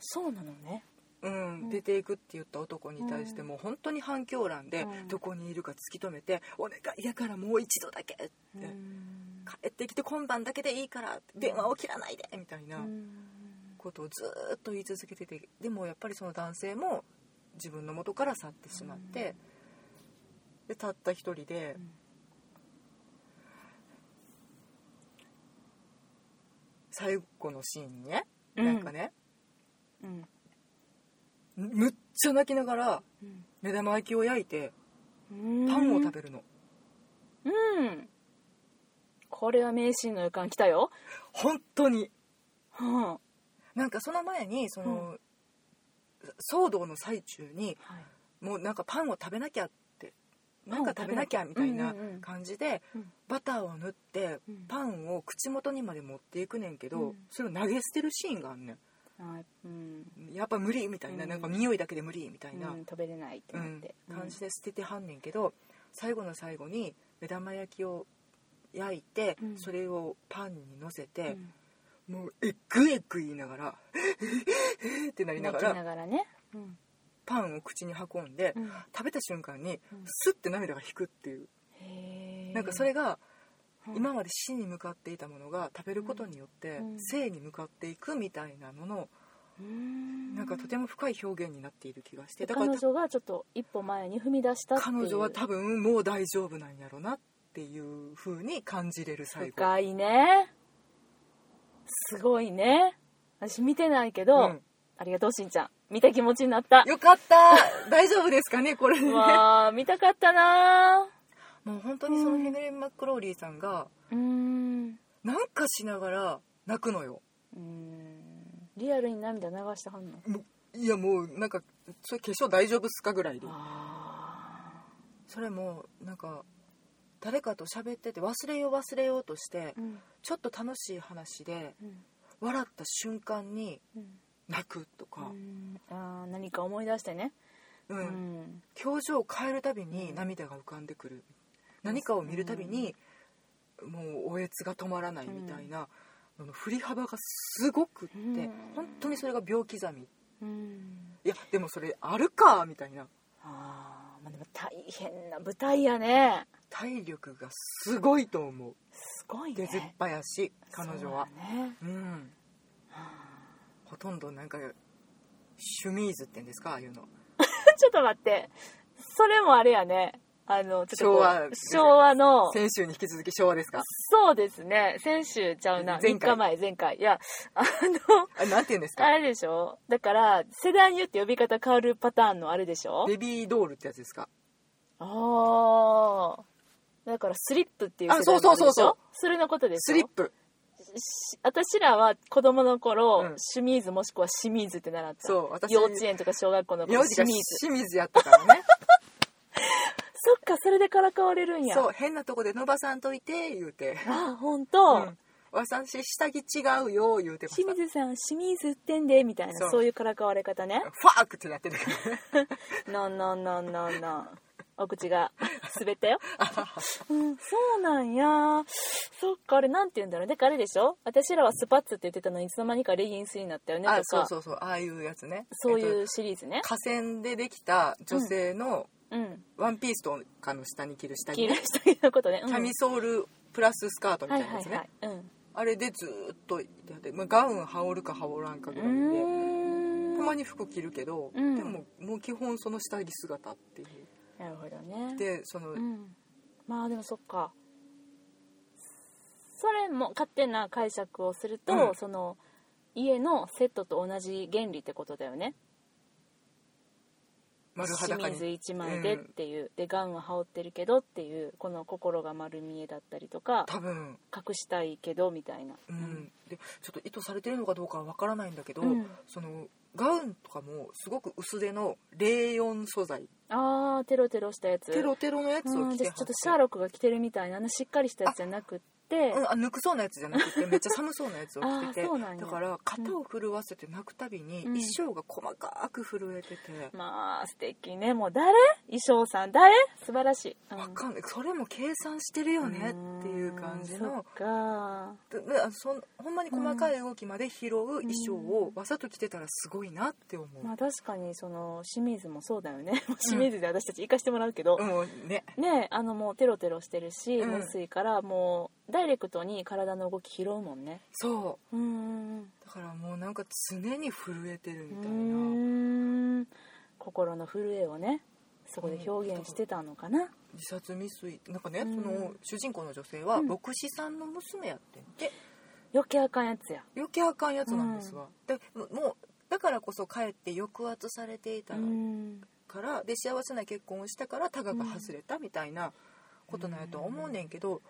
Speaker 1: そうなのね
Speaker 2: うん
Speaker 1: うん
Speaker 2: 出ていくって言った男に対してもう本当に反響乱で、
Speaker 1: うん
Speaker 2: どこにいるか突き止めて「お願いやからもう一度だけ」って。
Speaker 1: うん
Speaker 2: 帰ってきて今晩だけでいいから電話を切らないでみたいなことをずーっと言い続けててでもやっぱりその男性も自分の元から去ってしまってでたった一人で
Speaker 1: うん
Speaker 2: 最後のシーンにね
Speaker 1: うん
Speaker 2: なんかね
Speaker 1: うん
Speaker 2: むっちゃ泣きながら
Speaker 1: うん
Speaker 2: 目玉焼きを焼いて
Speaker 1: うん
Speaker 2: パンを食べるの
Speaker 1: うんこれは名シーンの予感きたよ、
Speaker 2: 本当に
Speaker 1: は
Speaker 2: なんかその前にその騒動の最中に
Speaker 1: あはい
Speaker 2: もうなんかパンを食べなきゃって
Speaker 1: パ
Speaker 2: な
Speaker 1: ン
Speaker 2: ん
Speaker 1: を
Speaker 2: か食べなきゃみたいな
Speaker 1: うんうんうん
Speaker 2: 感じで
Speaker 1: うん
Speaker 2: バターを塗って
Speaker 1: うん
Speaker 2: パンを口元にまで持っていくねんけど、
Speaker 1: うん
Speaker 2: それを投げ捨てるシーンがあんね
Speaker 1: はいうん
Speaker 2: んやっぱ無理みたいな,、
Speaker 1: うん
Speaker 2: なんか匂いだけで無理みたいな、
Speaker 1: うん食べれないってなっ
Speaker 2: うん
Speaker 1: て、
Speaker 2: 感じで捨ててはんねんけど最後の最後に目玉焼きを焼いて、
Speaker 1: うん
Speaker 2: それをパンにのせ
Speaker 1: うん
Speaker 2: て、もうえっぐえっぐ言いながらってなりなが
Speaker 1: 泣きな
Speaker 2: ら
Speaker 1: がらね、うん
Speaker 2: パンを口に運んで
Speaker 1: うん
Speaker 2: 食べた瞬間に
Speaker 1: うん
Speaker 2: スッて涙が引くっていう
Speaker 1: へー
Speaker 2: なんかそれが
Speaker 1: うん
Speaker 2: 今まで死に向かっていたものが食べることによって
Speaker 1: うん
Speaker 2: 生に向かっていくみたいなもの
Speaker 1: うん
Speaker 2: なんかとても深い表現になっている気がしてだか
Speaker 1: 彼
Speaker 2: ら
Speaker 1: 女がちょっと一歩前に踏み出したっていう
Speaker 2: 彼女は多分もう大丈夫なんやろなっていう風に感じれる最後。
Speaker 1: 深いねすごいね私見てないけど、
Speaker 2: うん
Speaker 1: ありがとうしんちゃん見た気持ちになった
Speaker 2: よかった大丈夫ですかねこれで
Speaker 1: う
Speaker 2: ね
Speaker 1: わー見たかったな
Speaker 2: もう本当にそのヘンリー・マックローリーさんが
Speaker 1: ーうーん
Speaker 2: なんかしながら泣くのよ
Speaker 1: うーんリアルに涙流したはんの
Speaker 2: もういやもうなんかそれ化粧大丈夫っすかぐらいで
Speaker 1: あ
Speaker 2: それもなんか誰かと喋ってて忘れよう忘れようとして
Speaker 1: ーうん
Speaker 2: ちょっと楽しい話で
Speaker 1: うん
Speaker 2: 笑った瞬間に
Speaker 1: うん
Speaker 2: 泣くと
Speaker 1: う
Speaker 2: か、
Speaker 1: んあー何か思い出してね
Speaker 2: う
Speaker 1: うんん
Speaker 2: 表情を変えるたびに涙が浮かんでくる何かを見るたびにもうおえつが止まらないみたいな、あの振り幅がすごくって、
Speaker 1: うん
Speaker 2: 本当にそれが秒刻み
Speaker 1: うん
Speaker 2: いやでもそれあるかみたいな
Speaker 1: あーまあでも大変な舞台やね
Speaker 2: 体力がすごいと思う
Speaker 1: すごい
Speaker 2: 出
Speaker 1: ね
Speaker 2: ずっぱやし彼女は
Speaker 1: そうだね
Speaker 2: う,、んほとんどなんかシュミーズって言うんですかああいうの
Speaker 1: ちょっと待って。それもあれやね。あの、ちょっとこう
Speaker 2: 昭和
Speaker 1: 昭和の、
Speaker 2: 先週に引き続き昭和ですか
Speaker 1: そうですね。先週ちゃうな。
Speaker 2: 前
Speaker 1: 3
Speaker 2: 回
Speaker 1: 日前、前回。いや、あの、
Speaker 2: あなんて言うんです
Speaker 1: あ
Speaker 2: か
Speaker 1: れでしょだから、世代によって呼び方変わるパターンのあれでしょ
Speaker 2: ベビードールってやつですか
Speaker 1: ああ。だから、スリップっていう世代
Speaker 2: あそうそうそうそう
Speaker 1: もあるでしょそれのことです
Speaker 2: スリップ
Speaker 1: 私らは子供の頃、
Speaker 2: うん
Speaker 1: シュミーズもしくはシミーズって習った。
Speaker 2: そう私
Speaker 1: 幼稚園とか小学校の
Speaker 2: 名
Speaker 1: 頃、
Speaker 2: 字
Speaker 1: シ
Speaker 2: が
Speaker 1: ミーズ。
Speaker 2: 清水やったからね
Speaker 1: そっか、それでからかわれるんや。
Speaker 2: そう変なとこで伸ばさんといて言うて、
Speaker 1: あ、ほん
Speaker 2: う
Speaker 1: と。
Speaker 2: ん、私下着違うよ言うてまし
Speaker 1: 清
Speaker 2: た
Speaker 1: 水さん清水ってんでみたいな
Speaker 2: そ
Speaker 1: そうういうからかわれ方ね
Speaker 2: ファークってなってるからね
Speaker 1: ノンノンノンノンノンお口 が滑ったよ、うん、そうなんやそっかあれなんて言うんだろうであれでしょ私らはスパッツって言ってたのにいつの間にかレギンスになったよねと
Speaker 2: あ
Speaker 1: か
Speaker 2: そうそうそうああいうやつね
Speaker 1: そう
Speaker 2: えっと
Speaker 1: いうシリーズね、
Speaker 2: 河川でできた女性の
Speaker 1: うん
Speaker 2: ワンピースとかの下に着る下
Speaker 1: 着
Speaker 2: 着
Speaker 1: る
Speaker 2: ね
Speaker 1: 人のことね、うん、
Speaker 2: キャミソールプラススカートみた
Speaker 1: はいい
Speaker 2: な
Speaker 1: は
Speaker 2: や
Speaker 1: い
Speaker 2: つ
Speaker 1: は
Speaker 2: ね
Speaker 1: い、うん
Speaker 2: あれでずーっとやって、まあ、ガウン羽織るか羽織らんかぐらいでた
Speaker 1: うー
Speaker 2: ま
Speaker 1: ん
Speaker 2: に服着るけどで
Speaker 1: うん
Speaker 2: ももう基本その下着姿っていう
Speaker 1: なるほどね
Speaker 2: でその
Speaker 1: うん、まあでもそっかそれも勝手な解釈をすると、
Speaker 2: うん
Speaker 1: その家のセットと同じ原理ってことだよね
Speaker 2: 丸
Speaker 1: 清
Speaker 2: 裸に
Speaker 1: 水一枚でっていう、でガンは羽織ってるけどっていうこの心が丸見えだったりとか
Speaker 2: 多分
Speaker 1: 隠したいけどみたいな、
Speaker 2: うん、でちょっと意図されてるのかどうかはわからないんだけど、
Speaker 1: うん
Speaker 2: そのガウンとかもすごく薄手の04素材
Speaker 1: あーテロテロしたやつ
Speaker 2: テロテロのやつ
Speaker 1: う
Speaker 2: を
Speaker 1: ん
Speaker 2: 着て
Speaker 1: 私
Speaker 2: は
Speaker 1: ちょっと
Speaker 2: て
Speaker 1: シャーロックが着てるみたいなあのしっかりしたやつじゃなくって
Speaker 2: うん、あ抜くそうなやつじゃなくてめっちゃ寒そうなやつを着て
Speaker 1: あ
Speaker 2: て
Speaker 1: ーそうなんや
Speaker 2: だから肩を震わせて泣くたびに
Speaker 1: うん
Speaker 2: 衣装が細かく震えてて、
Speaker 1: まあ素敵ねもう誰衣装さん誰素晴らしい、うん
Speaker 2: わかんないそれも計算してるよねっていう感じ
Speaker 1: うんそ
Speaker 2: の
Speaker 1: っか
Speaker 2: であそんほんまに細かい動きまで拾う衣装をわざと着てたらすごいなって思う、
Speaker 1: まあ確かにその清水もそうだよね清水で私たち行かしてもらうけど、
Speaker 2: うん、もうね
Speaker 1: ねえあのもうテロテロしてるし、
Speaker 2: うん
Speaker 1: 無水からもうダイレクトに体の動き拾うもんね
Speaker 2: そう
Speaker 1: ーん
Speaker 2: うだからもうなんか常に震えてるみ
Speaker 1: う
Speaker 2: たいな
Speaker 1: ーん心の震えをねそこで表現してたのかな、
Speaker 2: 自殺未遂なんかね、
Speaker 1: うん
Speaker 2: その主人公の女性は
Speaker 1: うん
Speaker 2: 牧師さんの娘やってんて、
Speaker 1: 余計あかんやつや
Speaker 2: 余計あかんやつなんですわ、でももうだからこそかえって抑圧されていた
Speaker 1: うーん
Speaker 2: から、で幸せな結婚をしたからタガが外れたみたいなことなんやとは思うねんけど、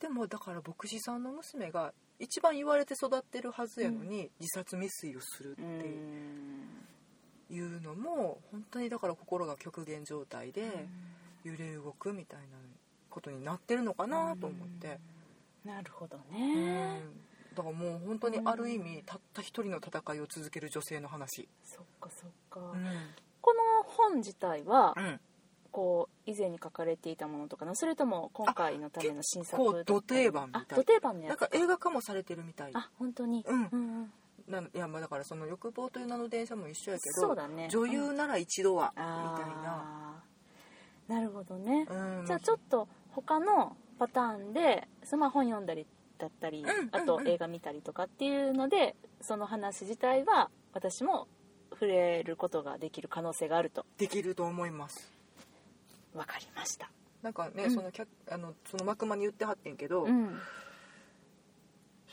Speaker 2: でもだから牧師さんの娘が一番言われて育ってるはずやのに自殺未遂をする
Speaker 1: うー
Speaker 2: っ
Speaker 1: ん
Speaker 2: ていうのも本当にだから心が極限状態で揺れ動くみたいなことになってるのかなと思って。
Speaker 1: なるほど
Speaker 2: う
Speaker 1: ね
Speaker 2: んだからもう本当にある意味たった一人の戦いを続ける女性の話。
Speaker 1: そっかそっか、
Speaker 2: うん
Speaker 1: この本自体は
Speaker 2: うん
Speaker 1: こう以前に書かれていたものとかなそれとも今回のための新作
Speaker 2: こう
Speaker 1: と
Speaker 2: ド
Speaker 1: か
Speaker 2: 定番み
Speaker 1: あ
Speaker 2: た
Speaker 1: 土
Speaker 2: い
Speaker 1: 定番の
Speaker 2: なな
Speaker 1: や
Speaker 2: ん
Speaker 1: つ
Speaker 2: か映画化もされてるみたい
Speaker 1: あ本当に
Speaker 2: う
Speaker 1: う
Speaker 2: ん
Speaker 1: んうん、
Speaker 2: なんいやまあだからその欲望という名の電車も一緒やけど
Speaker 1: そうだね
Speaker 2: 女優なら一度は、みたいな、
Speaker 1: あーなるほどね、
Speaker 2: うん、
Speaker 1: じゃあちょっと他のパターンでそのまあ本読んだりだったり、
Speaker 2: んうんうん
Speaker 1: あと映画見たりとかっていうのでその話自体は私も触れることができる可能性があると
Speaker 2: できると思います
Speaker 1: 分かりました、
Speaker 2: なんかね、
Speaker 1: うん
Speaker 2: その脚あのその幕間に言ってはってんけど、
Speaker 1: うん、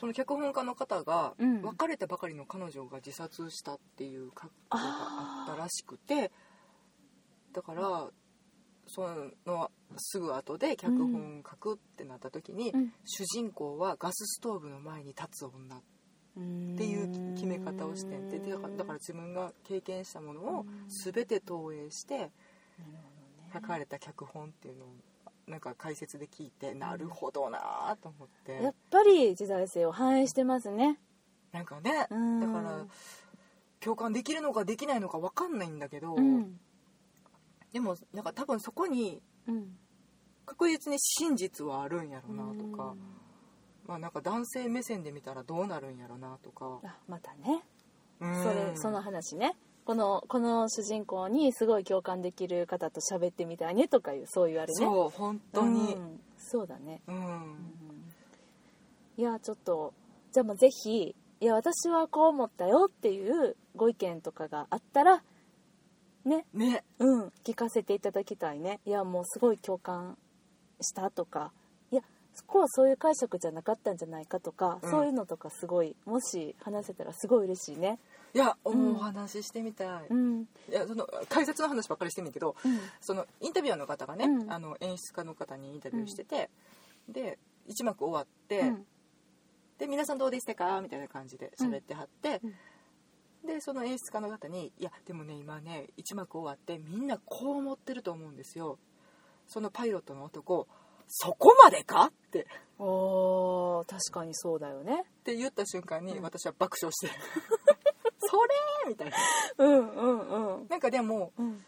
Speaker 2: その脚本家の方が、
Speaker 1: うん
Speaker 2: 別れたばかりの彼女が自殺したっていう覚悟があったらしくてだからそのすぐ後で脚本書くってなった時に、
Speaker 1: うん
Speaker 2: 主人公はガスストーブの前に立つ女っていう決め方をしてんてでだからだから自分が経験したもの
Speaker 1: う
Speaker 2: を
Speaker 1: ん
Speaker 2: 全て投影して
Speaker 1: なるほ
Speaker 2: 書
Speaker 1: どね
Speaker 2: かれた脚本っていうのをなんか解説で聞いてなるほどなと思って。
Speaker 1: やっぱり時代性を反映してますね
Speaker 2: なんかねだか
Speaker 1: うん
Speaker 2: ら共感できるのかできないのか分かんないんだけど、
Speaker 1: うん
Speaker 2: でもなんか多分そこに
Speaker 1: うん
Speaker 2: 確実に真実はあるんやろなとか、まあなんか男性目線で見たらどうなるんやろなとか
Speaker 1: うん、あまたね
Speaker 2: うん
Speaker 1: それその話ねこのこの主人公にすごい共感できる方と喋ってみたいねとかいうそういうあれね
Speaker 2: そう本当に
Speaker 1: うんそうだね、
Speaker 2: うん、
Speaker 1: いやちょっとじゃあもうぜひいや私はこう思ったよっていうご意見とかがあったらね
Speaker 2: ね
Speaker 1: うん聞かせていただきたいねいやもうすごい共感したとかいやそこはそういう解釈じゃなかったんじゃないかとか、
Speaker 2: うん
Speaker 1: そういうのとかすごいもし話せたらすごい嬉しいね
Speaker 2: いやお
Speaker 1: ん
Speaker 2: お話ししてみたい,、
Speaker 1: うん
Speaker 2: いやその解説の話ばっかりしてんねんけど
Speaker 1: うん
Speaker 2: そのインタビュアーの方がね、
Speaker 1: うん
Speaker 2: あの演出家の方にインタビューしてて、で一幕終わって、
Speaker 1: うん
Speaker 2: で皆さんどうでしたかみたいな感じで喋ってはって、
Speaker 1: うん
Speaker 2: でその演出家の方に「いやでもね今ね一幕終わってみんなこう思ってると思うんですよ」そのパイロットの男「そこまでか?」って
Speaker 1: おー確かにそうだよね
Speaker 2: って言った瞬間に
Speaker 1: うん
Speaker 2: 私は爆 笑して「それ!」みたいな
Speaker 1: うんうんうん
Speaker 2: なんかでも
Speaker 1: うん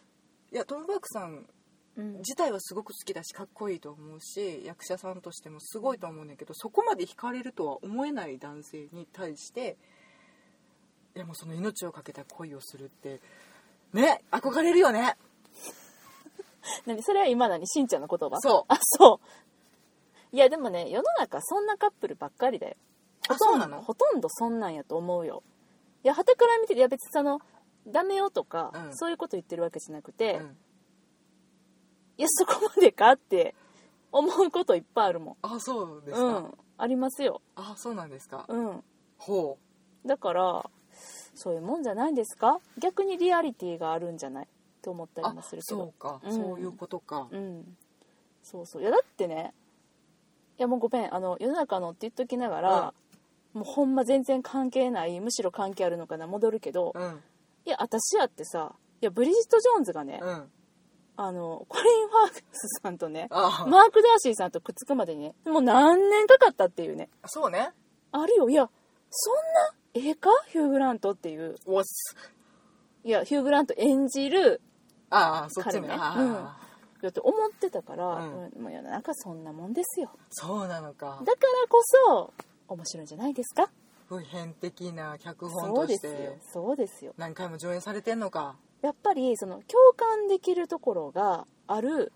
Speaker 2: いやトム・バークさん
Speaker 1: うん
Speaker 2: 自体はすごく好きだしかっこいいと思うし役者さんとしてもすごいと思うねんだけどそこまで惹かれるとは思えない男性に対していやもうその命を懸けた恋をするってね憧れるよね
Speaker 1: 何それは今だにしんちゃんの言葉
Speaker 2: そう
Speaker 1: あそういやでもね世の中そんなカップルばっかりだよ
Speaker 2: あ
Speaker 1: ほとん
Speaker 2: そうなの
Speaker 1: ほとんどそんなんやと思うよいやはたから見ていや別にそのダメよとか、
Speaker 2: うん
Speaker 1: そういうこと言ってるわけじゃなくて、
Speaker 2: うん
Speaker 1: いやそこまでかって思うこといっぱいあるも
Speaker 2: あそうで
Speaker 1: ん
Speaker 2: すか、
Speaker 1: うんありますよ
Speaker 2: あそうなんですか、
Speaker 1: うん
Speaker 2: ほう
Speaker 1: だからそういうもんじゃないんですか逆にリアリティがあるんじゃないと思ったり
Speaker 2: あ
Speaker 1: もするけど
Speaker 2: そうか、
Speaker 1: うん
Speaker 2: そういうことか、
Speaker 1: うんそうそういやだってねいやもうごめんあの世の中のって言っときながら、もうほんま全然関係ないむしろ関係あるのかな戻るけど、
Speaker 2: うん
Speaker 1: いや私やってさいやブリジット・ジョーンズがね、
Speaker 2: うん
Speaker 1: あのコリン・ファークスさんとね
Speaker 2: あ、
Speaker 1: マーク・ダーシーさんとくっつくまでにねもう何年かかったっていうね
Speaker 2: そうね
Speaker 1: あるよいやそんなええかヒュー・グラントっていう
Speaker 2: おっす
Speaker 1: いやヒュー・グラント演じる
Speaker 2: ああそっち
Speaker 1: 彼
Speaker 2: ね
Speaker 1: ね
Speaker 2: ああ、
Speaker 1: うんだって思ってたから、
Speaker 2: うん
Speaker 1: もう世の中そんなもんですよ
Speaker 2: そうなのか
Speaker 1: だからこそ面白いんじゃないですか
Speaker 2: 普遍的な脚本
Speaker 1: そう
Speaker 2: と
Speaker 1: で
Speaker 2: し
Speaker 1: すよ
Speaker 2: て
Speaker 1: そうですよ
Speaker 2: 何回も上演されてんのか
Speaker 1: やっぱりその共感できるところがある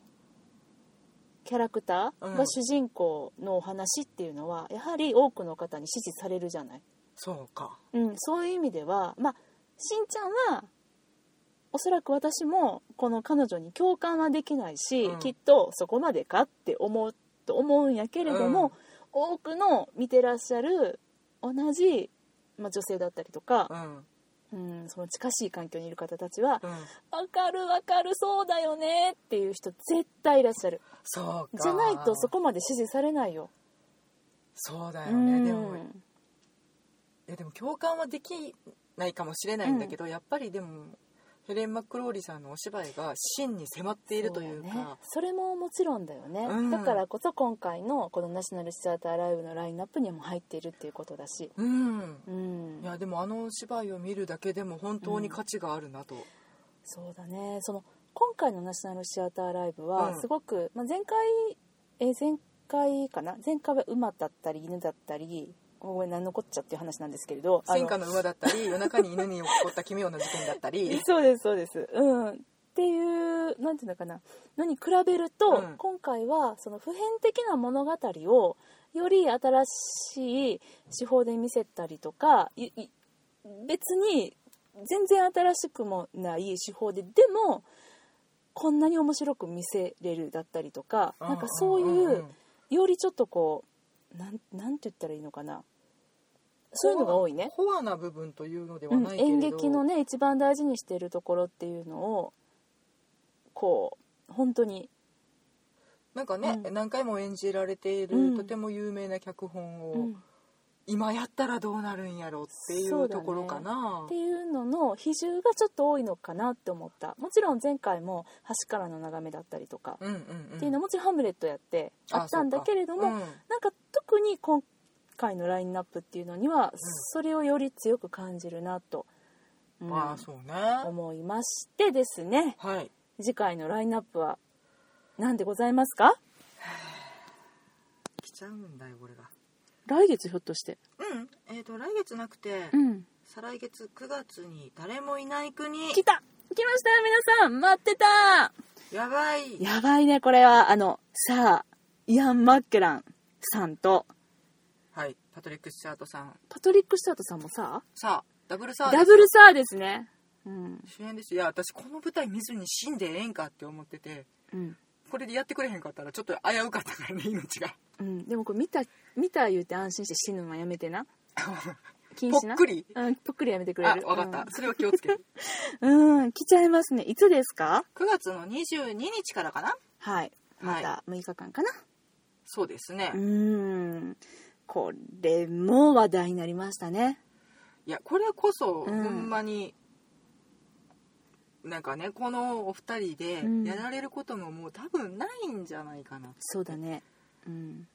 Speaker 1: キャラクター
Speaker 2: う
Speaker 1: が
Speaker 2: ん
Speaker 1: 主人公のお話っていうのは、やはり多くの方に支持されるじゃない、
Speaker 2: そうか
Speaker 1: うん、そういう意味ではまあしんちゃんはおそらく私もこの彼女に共感はできないし、
Speaker 2: うん
Speaker 1: きっとそこまでかって思うと思うんやけれども、多くの見てらっしゃる同じ、まあ、女性だったりとか
Speaker 2: う、ん
Speaker 1: うん、その近しい環境にいる方たちは
Speaker 2: うん
Speaker 1: 「わかるわかるそうだよね」っていう人絶対いらっしゃる
Speaker 2: そうか
Speaker 1: じゃないとそこまで支持されないよ。
Speaker 2: そうだ
Speaker 1: う
Speaker 2: よねでもい
Speaker 1: ん
Speaker 2: やでも共感はできないかもしれないんだけど、やっぱりでもヘレン・マックローリーさんのお芝居が真に迫っているという
Speaker 1: そうだね
Speaker 2: か、
Speaker 1: それももちろんだよね、
Speaker 2: うん
Speaker 1: だからこそ今回のこのナショナルシアターライブのラインナップにも入っているっていうことだし、
Speaker 2: うん
Speaker 1: うん
Speaker 2: い、やでもあのお芝居を見るだけでも本当に価値があるなと、
Speaker 1: そうだねその今回のナショナルシアターライブは
Speaker 2: うん
Speaker 1: すごく、まあ、前回えー前回かな前回は馬だったり犬だったりごめん何のこっちゃっていう話なんですけれどあの
Speaker 2: 戦火の馬だったり夜中に犬に起こった奇妙な事件だったり
Speaker 1: そうですそうですうんっていうなんていうのかなのに比べると、
Speaker 2: うん
Speaker 1: 今回はその普遍的な物語をより新しい手法で見せたりとかいい別に全然新しくもない手法ででもこんなに面白く見せれるだったりとか、 なんかそういう,、
Speaker 2: んんん
Speaker 1: よりちょっとこうなんなんて言ったらいいのかなそういうのが多いね。
Speaker 2: コアな部分というのでは
Speaker 1: うん
Speaker 2: ないけれど、
Speaker 1: 演劇のね一番大事にしてるところっていうのをこう本当に
Speaker 2: なんかね、
Speaker 1: うん
Speaker 2: 何回も演じられている、
Speaker 1: うん
Speaker 2: とても有名な脚本を、
Speaker 1: うん
Speaker 2: 今やったらどうなるんやろってい
Speaker 1: そう
Speaker 2: う
Speaker 1: だね
Speaker 2: ところかな
Speaker 1: っていうのの比重がちょっと多いのかなって思ったもちろん前回も橋からの眺めだったりとか、
Speaker 2: うんうんうん
Speaker 1: っていうのはもちろんハムレットやって
Speaker 2: あ
Speaker 1: あったんだけれども、
Speaker 2: そうか
Speaker 1: なんか特に今回のラインナップっていうのにはそれをより強く感じるなと、
Speaker 2: う
Speaker 1: うんん
Speaker 2: まあそうね
Speaker 1: 思いましてですね
Speaker 2: はい
Speaker 1: 次回のラインナップは何でございますか
Speaker 2: 来ちゃうんだよ俺が
Speaker 1: 来月ひょっとして
Speaker 2: うんえっ、と来月なくて、
Speaker 1: ん
Speaker 2: 再来月9月に誰もいない国
Speaker 1: 来た来ましたよ皆さん待ってた
Speaker 2: やばい
Speaker 1: やばいねこれはあのさあイアン・マッケランさんと
Speaker 2: はいパトリック・スチャートさん
Speaker 1: パトリック・シャートさんもさ
Speaker 2: さあダブルサ
Speaker 1: あ
Speaker 2: ービス
Speaker 1: ダブルサーですねうん
Speaker 2: 主演ですいや私この舞台見ずに死んでええんかって思ってて
Speaker 1: うん
Speaker 2: これでやってくれへんかったらちょっと危うかったからね命が
Speaker 1: うん、でもこれ見た見た言うて安心して死ぬのはやめて な禁
Speaker 2: ぽっ
Speaker 1: 止な
Speaker 2: くり
Speaker 1: うん、ぽっくりやめてくれ
Speaker 2: あ
Speaker 1: る
Speaker 2: わかった、それは気をつける
Speaker 1: うん、うん、来ちゃいますねいつですか
Speaker 2: 9月の22日からかな
Speaker 1: はいま
Speaker 2: はい
Speaker 1: た6日間かな、
Speaker 2: そうですね、
Speaker 1: うんこれも話題になりましたね
Speaker 2: いやこれこそほ
Speaker 1: うん
Speaker 2: んまに、なんかねこのお二人で
Speaker 1: うん
Speaker 2: やられることももう多分ないんじゃないかなと
Speaker 1: そうだねうん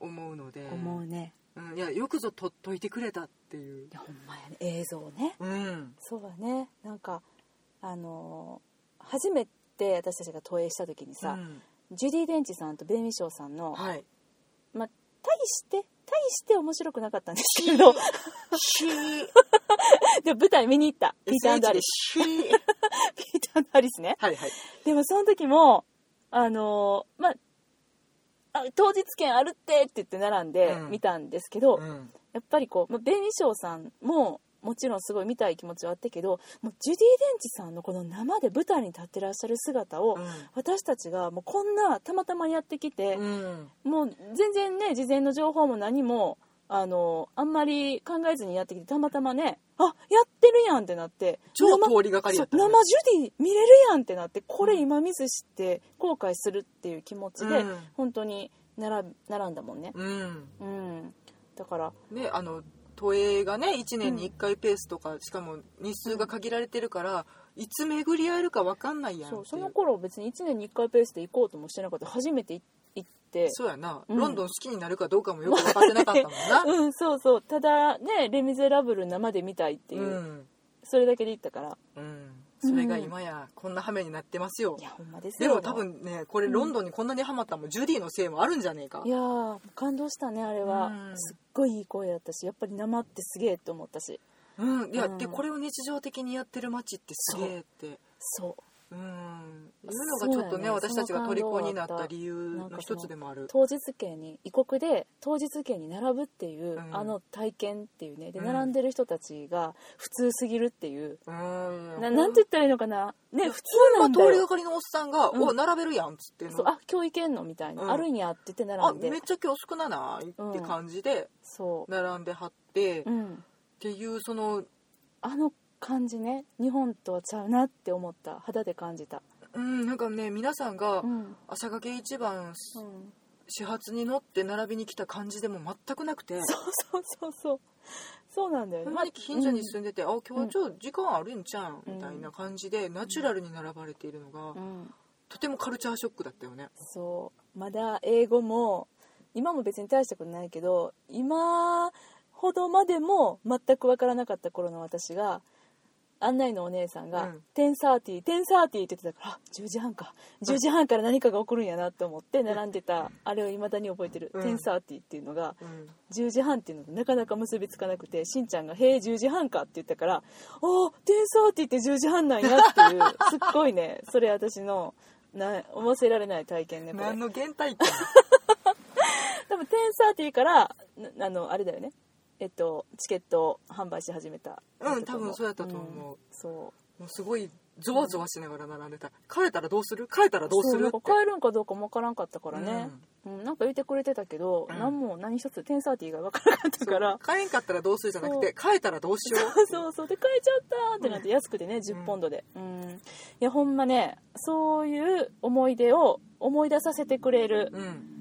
Speaker 2: 思うので
Speaker 1: 思うね
Speaker 2: うん、いやよくぞ取っといてくれたってい
Speaker 1: い、
Speaker 2: う
Speaker 1: やほんまやね映像ね
Speaker 2: うん、
Speaker 1: そうだねなんかあのー初めて私たちが投影した時にさ、
Speaker 2: うん
Speaker 1: ジュディ・デンチさんとベンミショーさんの、
Speaker 2: はい
Speaker 1: まあ、大して大して面白くなかったんですけど
Speaker 2: シー
Speaker 1: でも舞台見に行った ピーター・アンドアリス
Speaker 2: SH シー
Speaker 1: ピーター・アンドアリスね
Speaker 2: はいはい
Speaker 1: でもその時もあのーまああ当日券あるってって言って並んで
Speaker 2: うん
Speaker 1: 見たんですけど、
Speaker 2: うん
Speaker 1: やっぱりこう、まあ、ベニショーさんももちろんすごい見たい気持ちはあったけどもうジュディ・デンチさんのこの生で舞台に立ってらっしゃる姿を、私たちがもうこんなたまたまやってきて
Speaker 2: う、ん
Speaker 1: もう全然ね事前の情報も何もあのあんまり考えずにやってきてたまたまねあやってるやんってなって
Speaker 2: 超
Speaker 1: 生
Speaker 2: 通りがかり
Speaker 1: そ
Speaker 2: だっ
Speaker 1: う
Speaker 2: たね
Speaker 1: 生ジュディ見れるやんってなってこれ今ミスして後悔するっていう気持ちで、
Speaker 2: うん
Speaker 1: 本当に並び並んだもんね。
Speaker 2: うん
Speaker 1: うん、だから
Speaker 2: ねあの都営がね1年に1回ペースとか、しかも日数が限られてるからいつ巡り合えるか分かんないやんって
Speaker 1: そ
Speaker 2: いう
Speaker 1: うその頃別に1年に1回ペースで行こうともしてなかった初めてい行って
Speaker 2: そうやな、
Speaker 1: うん
Speaker 2: ロンドン好きになるかどうかもよく分かってなかったもん な
Speaker 1: うんそうそうただね「レ・ミゼラブル」生で見たいっていう、
Speaker 2: うん、
Speaker 1: それだけで行ったから
Speaker 2: うん、それが今やこんなハメになってますよ
Speaker 1: いやほんまです
Speaker 2: で
Speaker 1: よ
Speaker 2: も多分ねこれ
Speaker 1: うん
Speaker 2: ロンドンにこんなにハマったのもジュディのせいもあるんじゃねえか
Speaker 1: いやー感動したねあれは、
Speaker 2: うん
Speaker 1: すっごいいい声だったしやっぱり生ってすげえって思ったし
Speaker 2: うんいや、
Speaker 1: うん
Speaker 2: でこれを日常的にやってる街ってすげえって
Speaker 1: そ
Speaker 2: うんいうのがちょっと
Speaker 1: そうや
Speaker 2: ね
Speaker 1: ね
Speaker 2: 私たちが虜に
Speaker 1: その感動は
Speaker 2: なっ
Speaker 1: あ
Speaker 2: た
Speaker 1: った
Speaker 2: 理由の一つでもあ
Speaker 1: う
Speaker 2: る
Speaker 1: 当日券に異国で当日券に並ぶっていう、
Speaker 2: うん
Speaker 1: あの体験っていうねで
Speaker 2: うん
Speaker 1: 並んでる人たちが普通すぎるっていう、
Speaker 2: うん
Speaker 1: ななんて言ったらいいのかなね普通なんだ
Speaker 2: 通り
Speaker 1: よ
Speaker 2: がかりのおっさんが「
Speaker 1: うん
Speaker 2: お並べるやん」っつってん
Speaker 1: そう
Speaker 2: の
Speaker 1: あ今日行けんのみたいな、
Speaker 2: うん
Speaker 1: あるんやって言って
Speaker 2: 「あ
Speaker 1: 並んで
Speaker 2: めっちゃ今日少なない」って感じで
Speaker 1: そ
Speaker 2: 並んではってっ
Speaker 1: う、うん、
Speaker 2: ていうその
Speaker 1: あの感じね日本とはちゃうなって思った肌で感じた
Speaker 2: うんなんかね皆さんが
Speaker 1: うん、
Speaker 2: 朝掛け一番
Speaker 1: うん
Speaker 2: 始発に乗って並びに来た感じでも全くなくて
Speaker 1: そうそうそうそうそうなんだよね
Speaker 2: ほんまに近所に住んでて「あ今
Speaker 1: うん
Speaker 2: 日ちょっと時間あるんちゃうん」
Speaker 1: うん
Speaker 2: みたいな感じでナチュラルに並ばれているのが
Speaker 1: うん、
Speaker 2: とてもカルチャーショックだったよね。
Speaker 1: そうまだ英語も今も別に大したことないけど今ほどまでも全く分からなかった頃の私が案内のお姉さん
Speaker 2: う
Speaker 1: が
Speaker 2: ん
Speaker 1: 「1030、1030」って言ってたからあ10時半か10時半から何かが起こるんやなと思って並んでたあれを未だに覚えてる「
Speaker 2: うん
Speaker 1: 1030」っていうのが
Speaker 2: うん
Speaker 1: 10時半っていうのとなかなか結びつかなくてしんちゃんが「へえ10時半か」って言ったから「おお1030って10時半なんや」っていう すっごいねそれ私のな忘れられない体験ねこれ
Speaker 2: 何の原体 験
Speaker 1: 多分1030からなあのあれだよねえっとチケットを販売し始めた
Speaker 2: うん多分そうやったと思うん
Speaker 1: そう
Speaker 2: もうすごいゾワゾワしながら並んでた帰れたらどうする帰れたらどうする
Speaker 1: そ
Speaker 2: っ
Speaker 1: なん
Speaker 2: て
Speaker 1: か帰るんかどうかもわからんかったからね、うんなんか言ってくれてたけど、
Speaker 2: うん
Speaker 1: 何も何一つ1030以外わからなかったから
Speaker 2: 帰れんかったらどうするじゃなくて帰ったらどうしよ
Speaker 1: そ
Speaker 2: う
Speaker 1: う そうそうで買えちゃったってなって安くてね10ポンドでうんいやほんまねそういう思い出を思い出させてくれる
Speaker 2: うん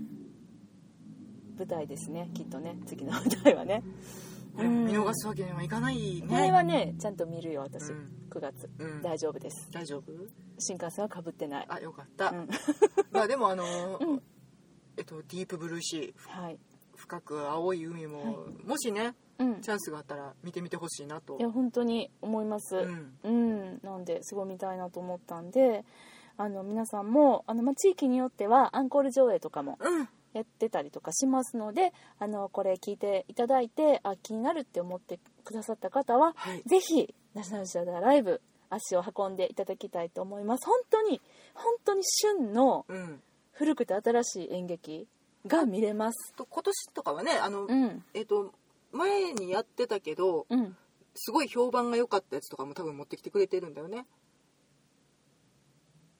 Speaker 1: 舞台ですねきっとね次の舞台はね
Speaker 2: でも見逃すわけにはいかない
Speaker 1: これ
Speaker 2: ね
Speaker 1: はねちゃんと見るよ私、
Speaker 2: うん
Speaker 1: 9月
Speaker 2: うん
Speaker 1: 大丈夫です
Speaker 2: 大丈夫
Speaker 1: 新幹線はかぶってない
Speaker 2: あよかった
Speaker 1: うん
Speaker 2: まあでもあの
Speaker 1: うん
Speaker 2: えっとディープブルーシー
Speaker 1: はい
Speaker 2: 深く青い海ももしね
Speaker 1: うん
Speaker 2: チャンスがあったら見てみてほしいなと
Speaker 1: いや本当に思います、
Speaker 2: うん
Speaker 1: うん、なんですごい見たいなと思ったんであの皆さんもあの、まあ、地域によってはアンコール上映とかも
Speaker 2: うん
Speaker 1: やってたりとかしますのであのこれ聞いていただいてあ気になるって思ってくださった方は
Speaker 2: はい
Speaker 1: ぜひナショナルシアターライブ足を運んでいただきたいと思います本当に本当に旬の
Speaker 2: うん
Speaker 1: 古くて新しい演劇が見れます
Speaker 2: と今年とかはねあの
Speaker 1: うん
Speaker 2: えっと前にやってたけど
Speaker 1: うん
Speaker 2: すごい評判が良かったやつとかも多分持ってきてくれてるんだよね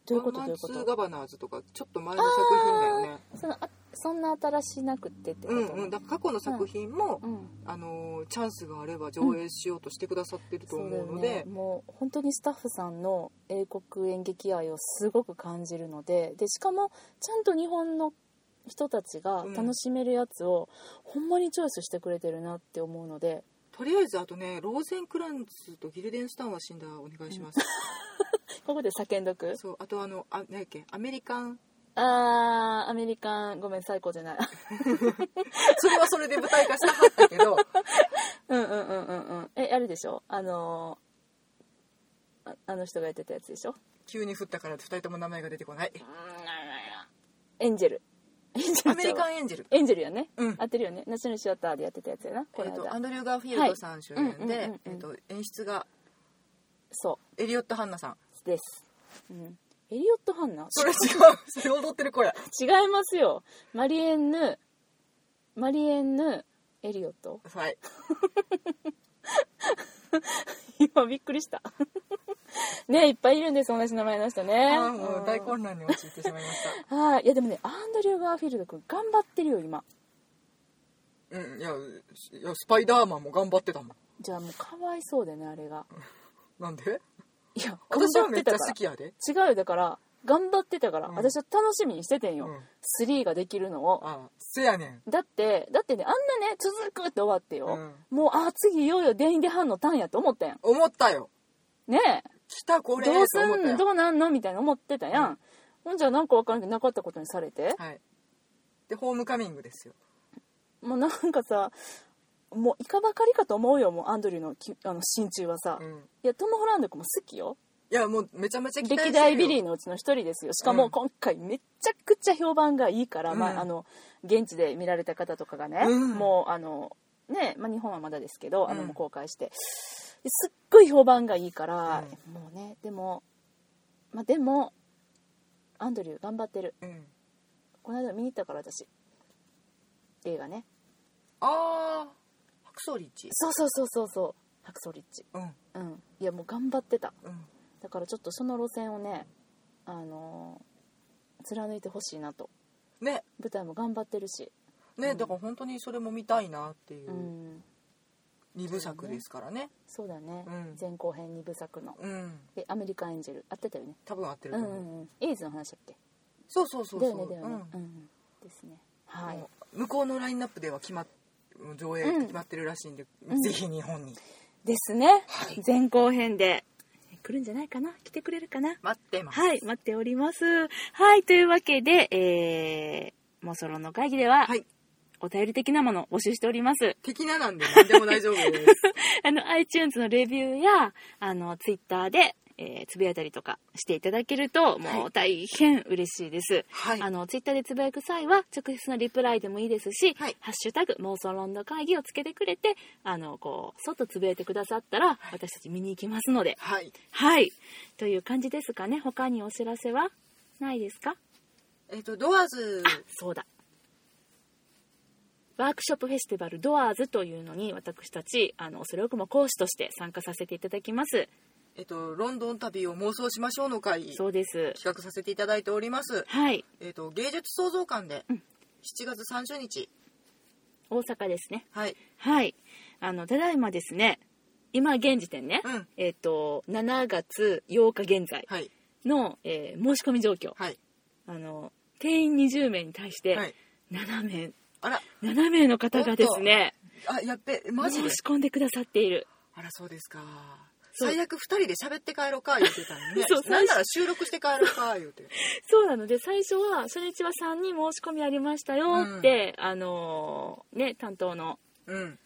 Speaker 1: どういうこと
Speaker 2: ワ
Speaker 1: どういう
Speaker 2: ンマン
Speaker 1: こ
Speaker 2: ツ
Speaker 1: と
Speaker 2: ーガバナーズとかちょっと前の作品だよね
Speaker 1: そのあそんな新しなくってってこ
Speaker 2: う
Speaker 1: と
Speaker 2: んうんだから過去の作品も、
Speaker 1: うん
Speaker 2: あのーチャンスがあれば上映しようとしてくださってると
Speaker 1: そ
Speaker 2: 思
Speaker 1: うだよ
Speaker 2: うの
Speaker 1: ね
Speaker 2: で、
Speaker 1: もう本当にスタッフさんの英国演劇愛をすごく感じるのででしかもちゃんと日本の人たちが楽しめるやつをほんまにチョイスしてくれてるなって思うので
Speaker 2: とりあえずあとねローゼンクランツとギルデンスタンは死んだお願いします、
Speaker 1: ここで叫んどく
Speaker 2: そうあとあのあ何やっけアメリカン
Speaker 1: あーアメリカンごめん最高じゃない
Speaker 2: それはそれで舞台化したかったけ ど
Speaker 1: うんうんうんうんうんえあれでしょあのーああの人がやってたやつでしょ
Speaker 2: 急に降ったから2人とも名前が出てこない
Speaker 1: エンジェルエンジェルちゃうわ
Speaker 2: アメリカンエンジェル
Speaker 1: エンジェルやね、
Speaker 2: うん
Speaker 1: 合ってるよねナショナルシアターでやってたやつやなこ
Speaker 2: え
Speaker 1: の
Speaker 2: っ
Speaker 1: 間、
Speaker 2: とアンドリュー・ガーフィールドさん主演
Speaker 1: はいうん
Speaker 2: で
Speaker 1: うんう
Speaker 2: え
Speaker 1: ん
Speaker 2: っ
Speaker 1: う
Speaker 2: と演出が
Speaker 1: そ
Speaker 2: エリオット・ハンナさん
Speaker 1: うです、うん、エリオット・ハンナ
Speaker 2: それ違うそれ踊ってる子や
Speaker 1: 違いますよマリエンヌマリエンヌエリオット
Speaker 2: はい
Speaker 1: 今びっくりした ねいっぱいいるんです同じ名前の人
Speaker 2: あ
Speaker 1: ね
Speaker 2: ーもう大
Speaker 1: うん
Speaker 2: 混乱に陥ってしまいました
Speaker 1: はいいやでもねアンドリュー・ガーフィールド君頑張ってるよ今
Speaker 2: うんいやいやスパイダーマンも頑張ってたもん
Speaker 1: じゃあもうかわいそうだよねあれが
Speaker 2: なんで
Speaker 1: いや頑
Speaker 2: 私は
Speaker 1: 張っ
Speaker 2: め
Speaker 1: て
Speaker 2: っちゃ
Speaker 1: たか
Speaker 2: 好きやで
Speaker 1: ら違うよだから頑張ってたから、
Speaker 2: うん
Speaker 1: 私は楽しみにしててんよ、
Speaker 2: うん
Speaker 1: 3ができるのを
Speaker 2: ああせやねん
Speaker 1: だってだってねあんなね続くって終わってよ、
Speaker 2: う
Speaker 1: もうあー次いよいよデインデハンのターンやと思ったやん
Speaker 2: 思ったよ
Speaker 1: ね
Speaker 2: 来たこ
Speaker 1: え
Speaker 2: れ
Speaker 1: どうす
Speaker 2: と思った
Speaker 1: ん
Speaker 2: よ
Speaker 1: どうなんのみたいな思ってたやん、ほんじゃなんか分からんけどなかったことにされて、
Speaker 2: はいでホームカミングですよ
Speaker 1: もうなんかさもういかばかりかと思うよもうアンドリューのきあの心中はさ、
Speaker 2: う
Speaker 1: い
Speaker 2: ん
Speaker 1: やトム・ホランド君も好きよ
Speaker 2: いやもうめちゃめちゃ期待
Speaker 1: 歴
Speaker 2: してるよ
Speaker 1: 代ビリーのうちの一人ですよしか
Speaker 2: う
Speaker 1: も
Speaker 2: ん
Speaker 1: 今回めちゃくちゃ評判がいいから、
Speaker 2: うん
Speaker 1: まあ、あの現地で見られた方とかがね、
Speaker 2: うん
Speaker 1: もうあのね、まあ、日本はまだですけど、あの
Speaker 2: うん
Speaker 1: もう公開してですっごい評判がいいから、もうねでも、まあ、でもアンドリュー頑張ってる
Speaker 2: うん
Speaker 1: この間見に行ったから私映画ね
Speaker 2: ああ白装リッチ
Speaker 1: そうそうそうそうそう白装リッチ
Speaker 2: うん
Speaker 1: うんいやもう頑張ってた
Speaker 2: うん
Speaker 1: だからちょっとその路線をねあのー貫いてほしいなと
Speaker 2: ね
Speaker 1: 舞台も頑張ってるし、
Speaker 2: ね、
Speaker 1: うん、
Speaker 2: だから本当にそれも見たいなっていううん二部作ですからね
Speaker 1: そうだね、
Speaker 2: うん
Speaker 1: 前後編2部作の
Speaker 2: うん
Speaker 1: でアメリカンエンジェル合ってたよね
Speaker 2: 多分合ってる
Speaker 1: う
Speaker 2: と
Speaker 1: ん
Speaker 2: 思
Speaker 1: う
Speaker 2: う、
Speaker 1: んうんエイズの話だっけ
Speaker 2: そうそうそうそう
Speaker 1: だよねだよね
Speaker 2: うん
Speaker 1: うん、うん、ですねはい
Speaker 2: もう向こうのラインナップでは決まっ上映って決まってるらしいんで、
Speaker 1: ん
Speaker 2: ぜひ日本に
Speaker 1: ですね、
Speaker 2: はい
Speaker 1: 前後編で来るんじゃないかな来てくれるかな
Speaker 2: 待ってます、
Speaker 1: はい、待っております。はい、というわけで、えー、妄想論の会議では、
Speaker 2: はい
Speaker 1: お便り的なもの募集しております。
Speaker 2: 的ななんで何でも大丈夫です
Speaker 1: あの、iTunes のレビューや、あの、Twitter で、えーつぶやいたりとかしていただけると、も
Speaker 2: は
Speaker 1: う大変嬉しいです。
Speaker 2: はい
Speaker 1: あの、Twitter でつぶやく際は、直接のリプライでもいいですし、
Speaker 2: はい
Speaker 1: ハッシュタグ、妄想ロンド会議をつけてくれて、あの、こう、そっとつぶやいてくださったら、私たち見に行きますので、
Speaker 2: はい
Speaker 1: はい。という感じですかね。他にお知らせはないですか
Speaker 2: えっ、とドアーズ
Speaker 1: あそうだワークショップフェスティバルドアーズというのに私たちあの恐れ多くも講師として参加させていただきます
Speaker 2: えっ、とロンドン旅を妄想しましょうの会
Speaker 1: そうです
Speaker 2: 企画させていただいております
Speaker 1: はい
Speaker 2: えっ、と芸術創造館で
Speaker 1: うん
Speaker 2: 7月30日
Speaker 1: 大阪ですね
Speaker 2: はい
Speaker 1: はいあのただいまですね今現時点ね、
Speaker 2: うん
Speaker 1: えっ、と7月8日現在
Speaker 2: はい
Speaker 1: の、えー申し込み状況、
Speaker 2: はい
Speaker 1: あの定員20名に対して
Speaker 2: はい
Speaker 1: 7名
Speaker 2: あら
Speaker 1: 7名の方がですね
Speaker 2: あやっべマ
Speaker 1: 申
Speaker 2: ジで
Speaker 1: し込んでくださっている
Speaker 2: あらそうですか
Speaker 1: そう
Speaker 2: 最悪2人で喋って帰ろうか言ってたのね
Speaker 1: そう
Speaker 2: なんなら収録して帰ろうか言うて
Speaker 1: そうなので最初は初日は3人申し込みありましたよって、あのーね担当の、
Speaker 2: うん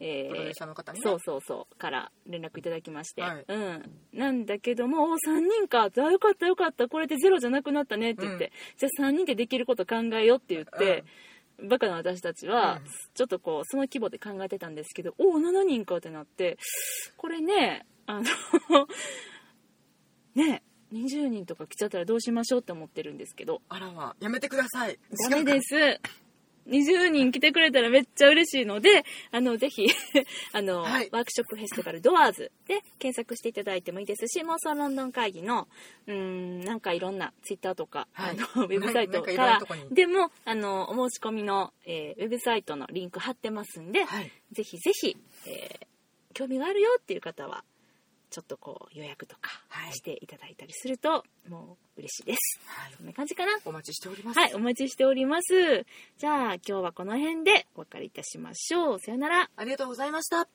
Speaker 1: えー
Speaker 2: プロデューサーの方にね
Speaker 1: そうそうそうから連絡いただきまして、
Speaker 2: はい
Speaker 1: うんなんだけどもお3人かあよかったよかったこれでゼロじゃなくなったねって言って、
Speaker 2: うん
Speaker 1: じゃあ3人でできること考えようって言って、バカな私たちは、
Speaker 2: うん
Speaker 1: ちょっとこうその規模で考えてたんですけどおお7人かってなってこれねあの ね20人とか来ちゃったらどうしましょうって思ってるんですけど
Speaker 2: あらまやめてください
Speaker 1: ダメです。20人来てくれたらめっちゃ嬉しいので、あの、ぜひ、 あの、
Speaker 2: はい
Speaker 1: ワークショップフェスティバルドアーズで検索していただいてもいいですし、妄想ロンドン会議の、うーん、なんかいろんなツイッターとか、
Speaker 2: はい
Speaker 1: あの、ウェブサイ
Speaker 2: な
Speaker 1: トか
Speaker 2: んかいろんな
Speaker 1: ら
Speaker 2: とこに、
Speaker 1: でも、あの、お申し込みの、えーウェブサイトのリンク貼ってますんで、
Speaker 2: はい
Speaker 1: ぜひぜひ、えー興味があるよっていう方は、ちょっとこう予約とか
Speaker 2: はい
Speaker 1: していただいたりすると、もう嬉しいです。
Speaker 2: はい
Speaker 1: そんな感じかな。
Speaker 2: お待ちしております
Speaker 1: はい、お待ちしております。じゃあ今日はこの辺でお別れいたしましょう。さよなら。
Speaker 2: ありがとうございました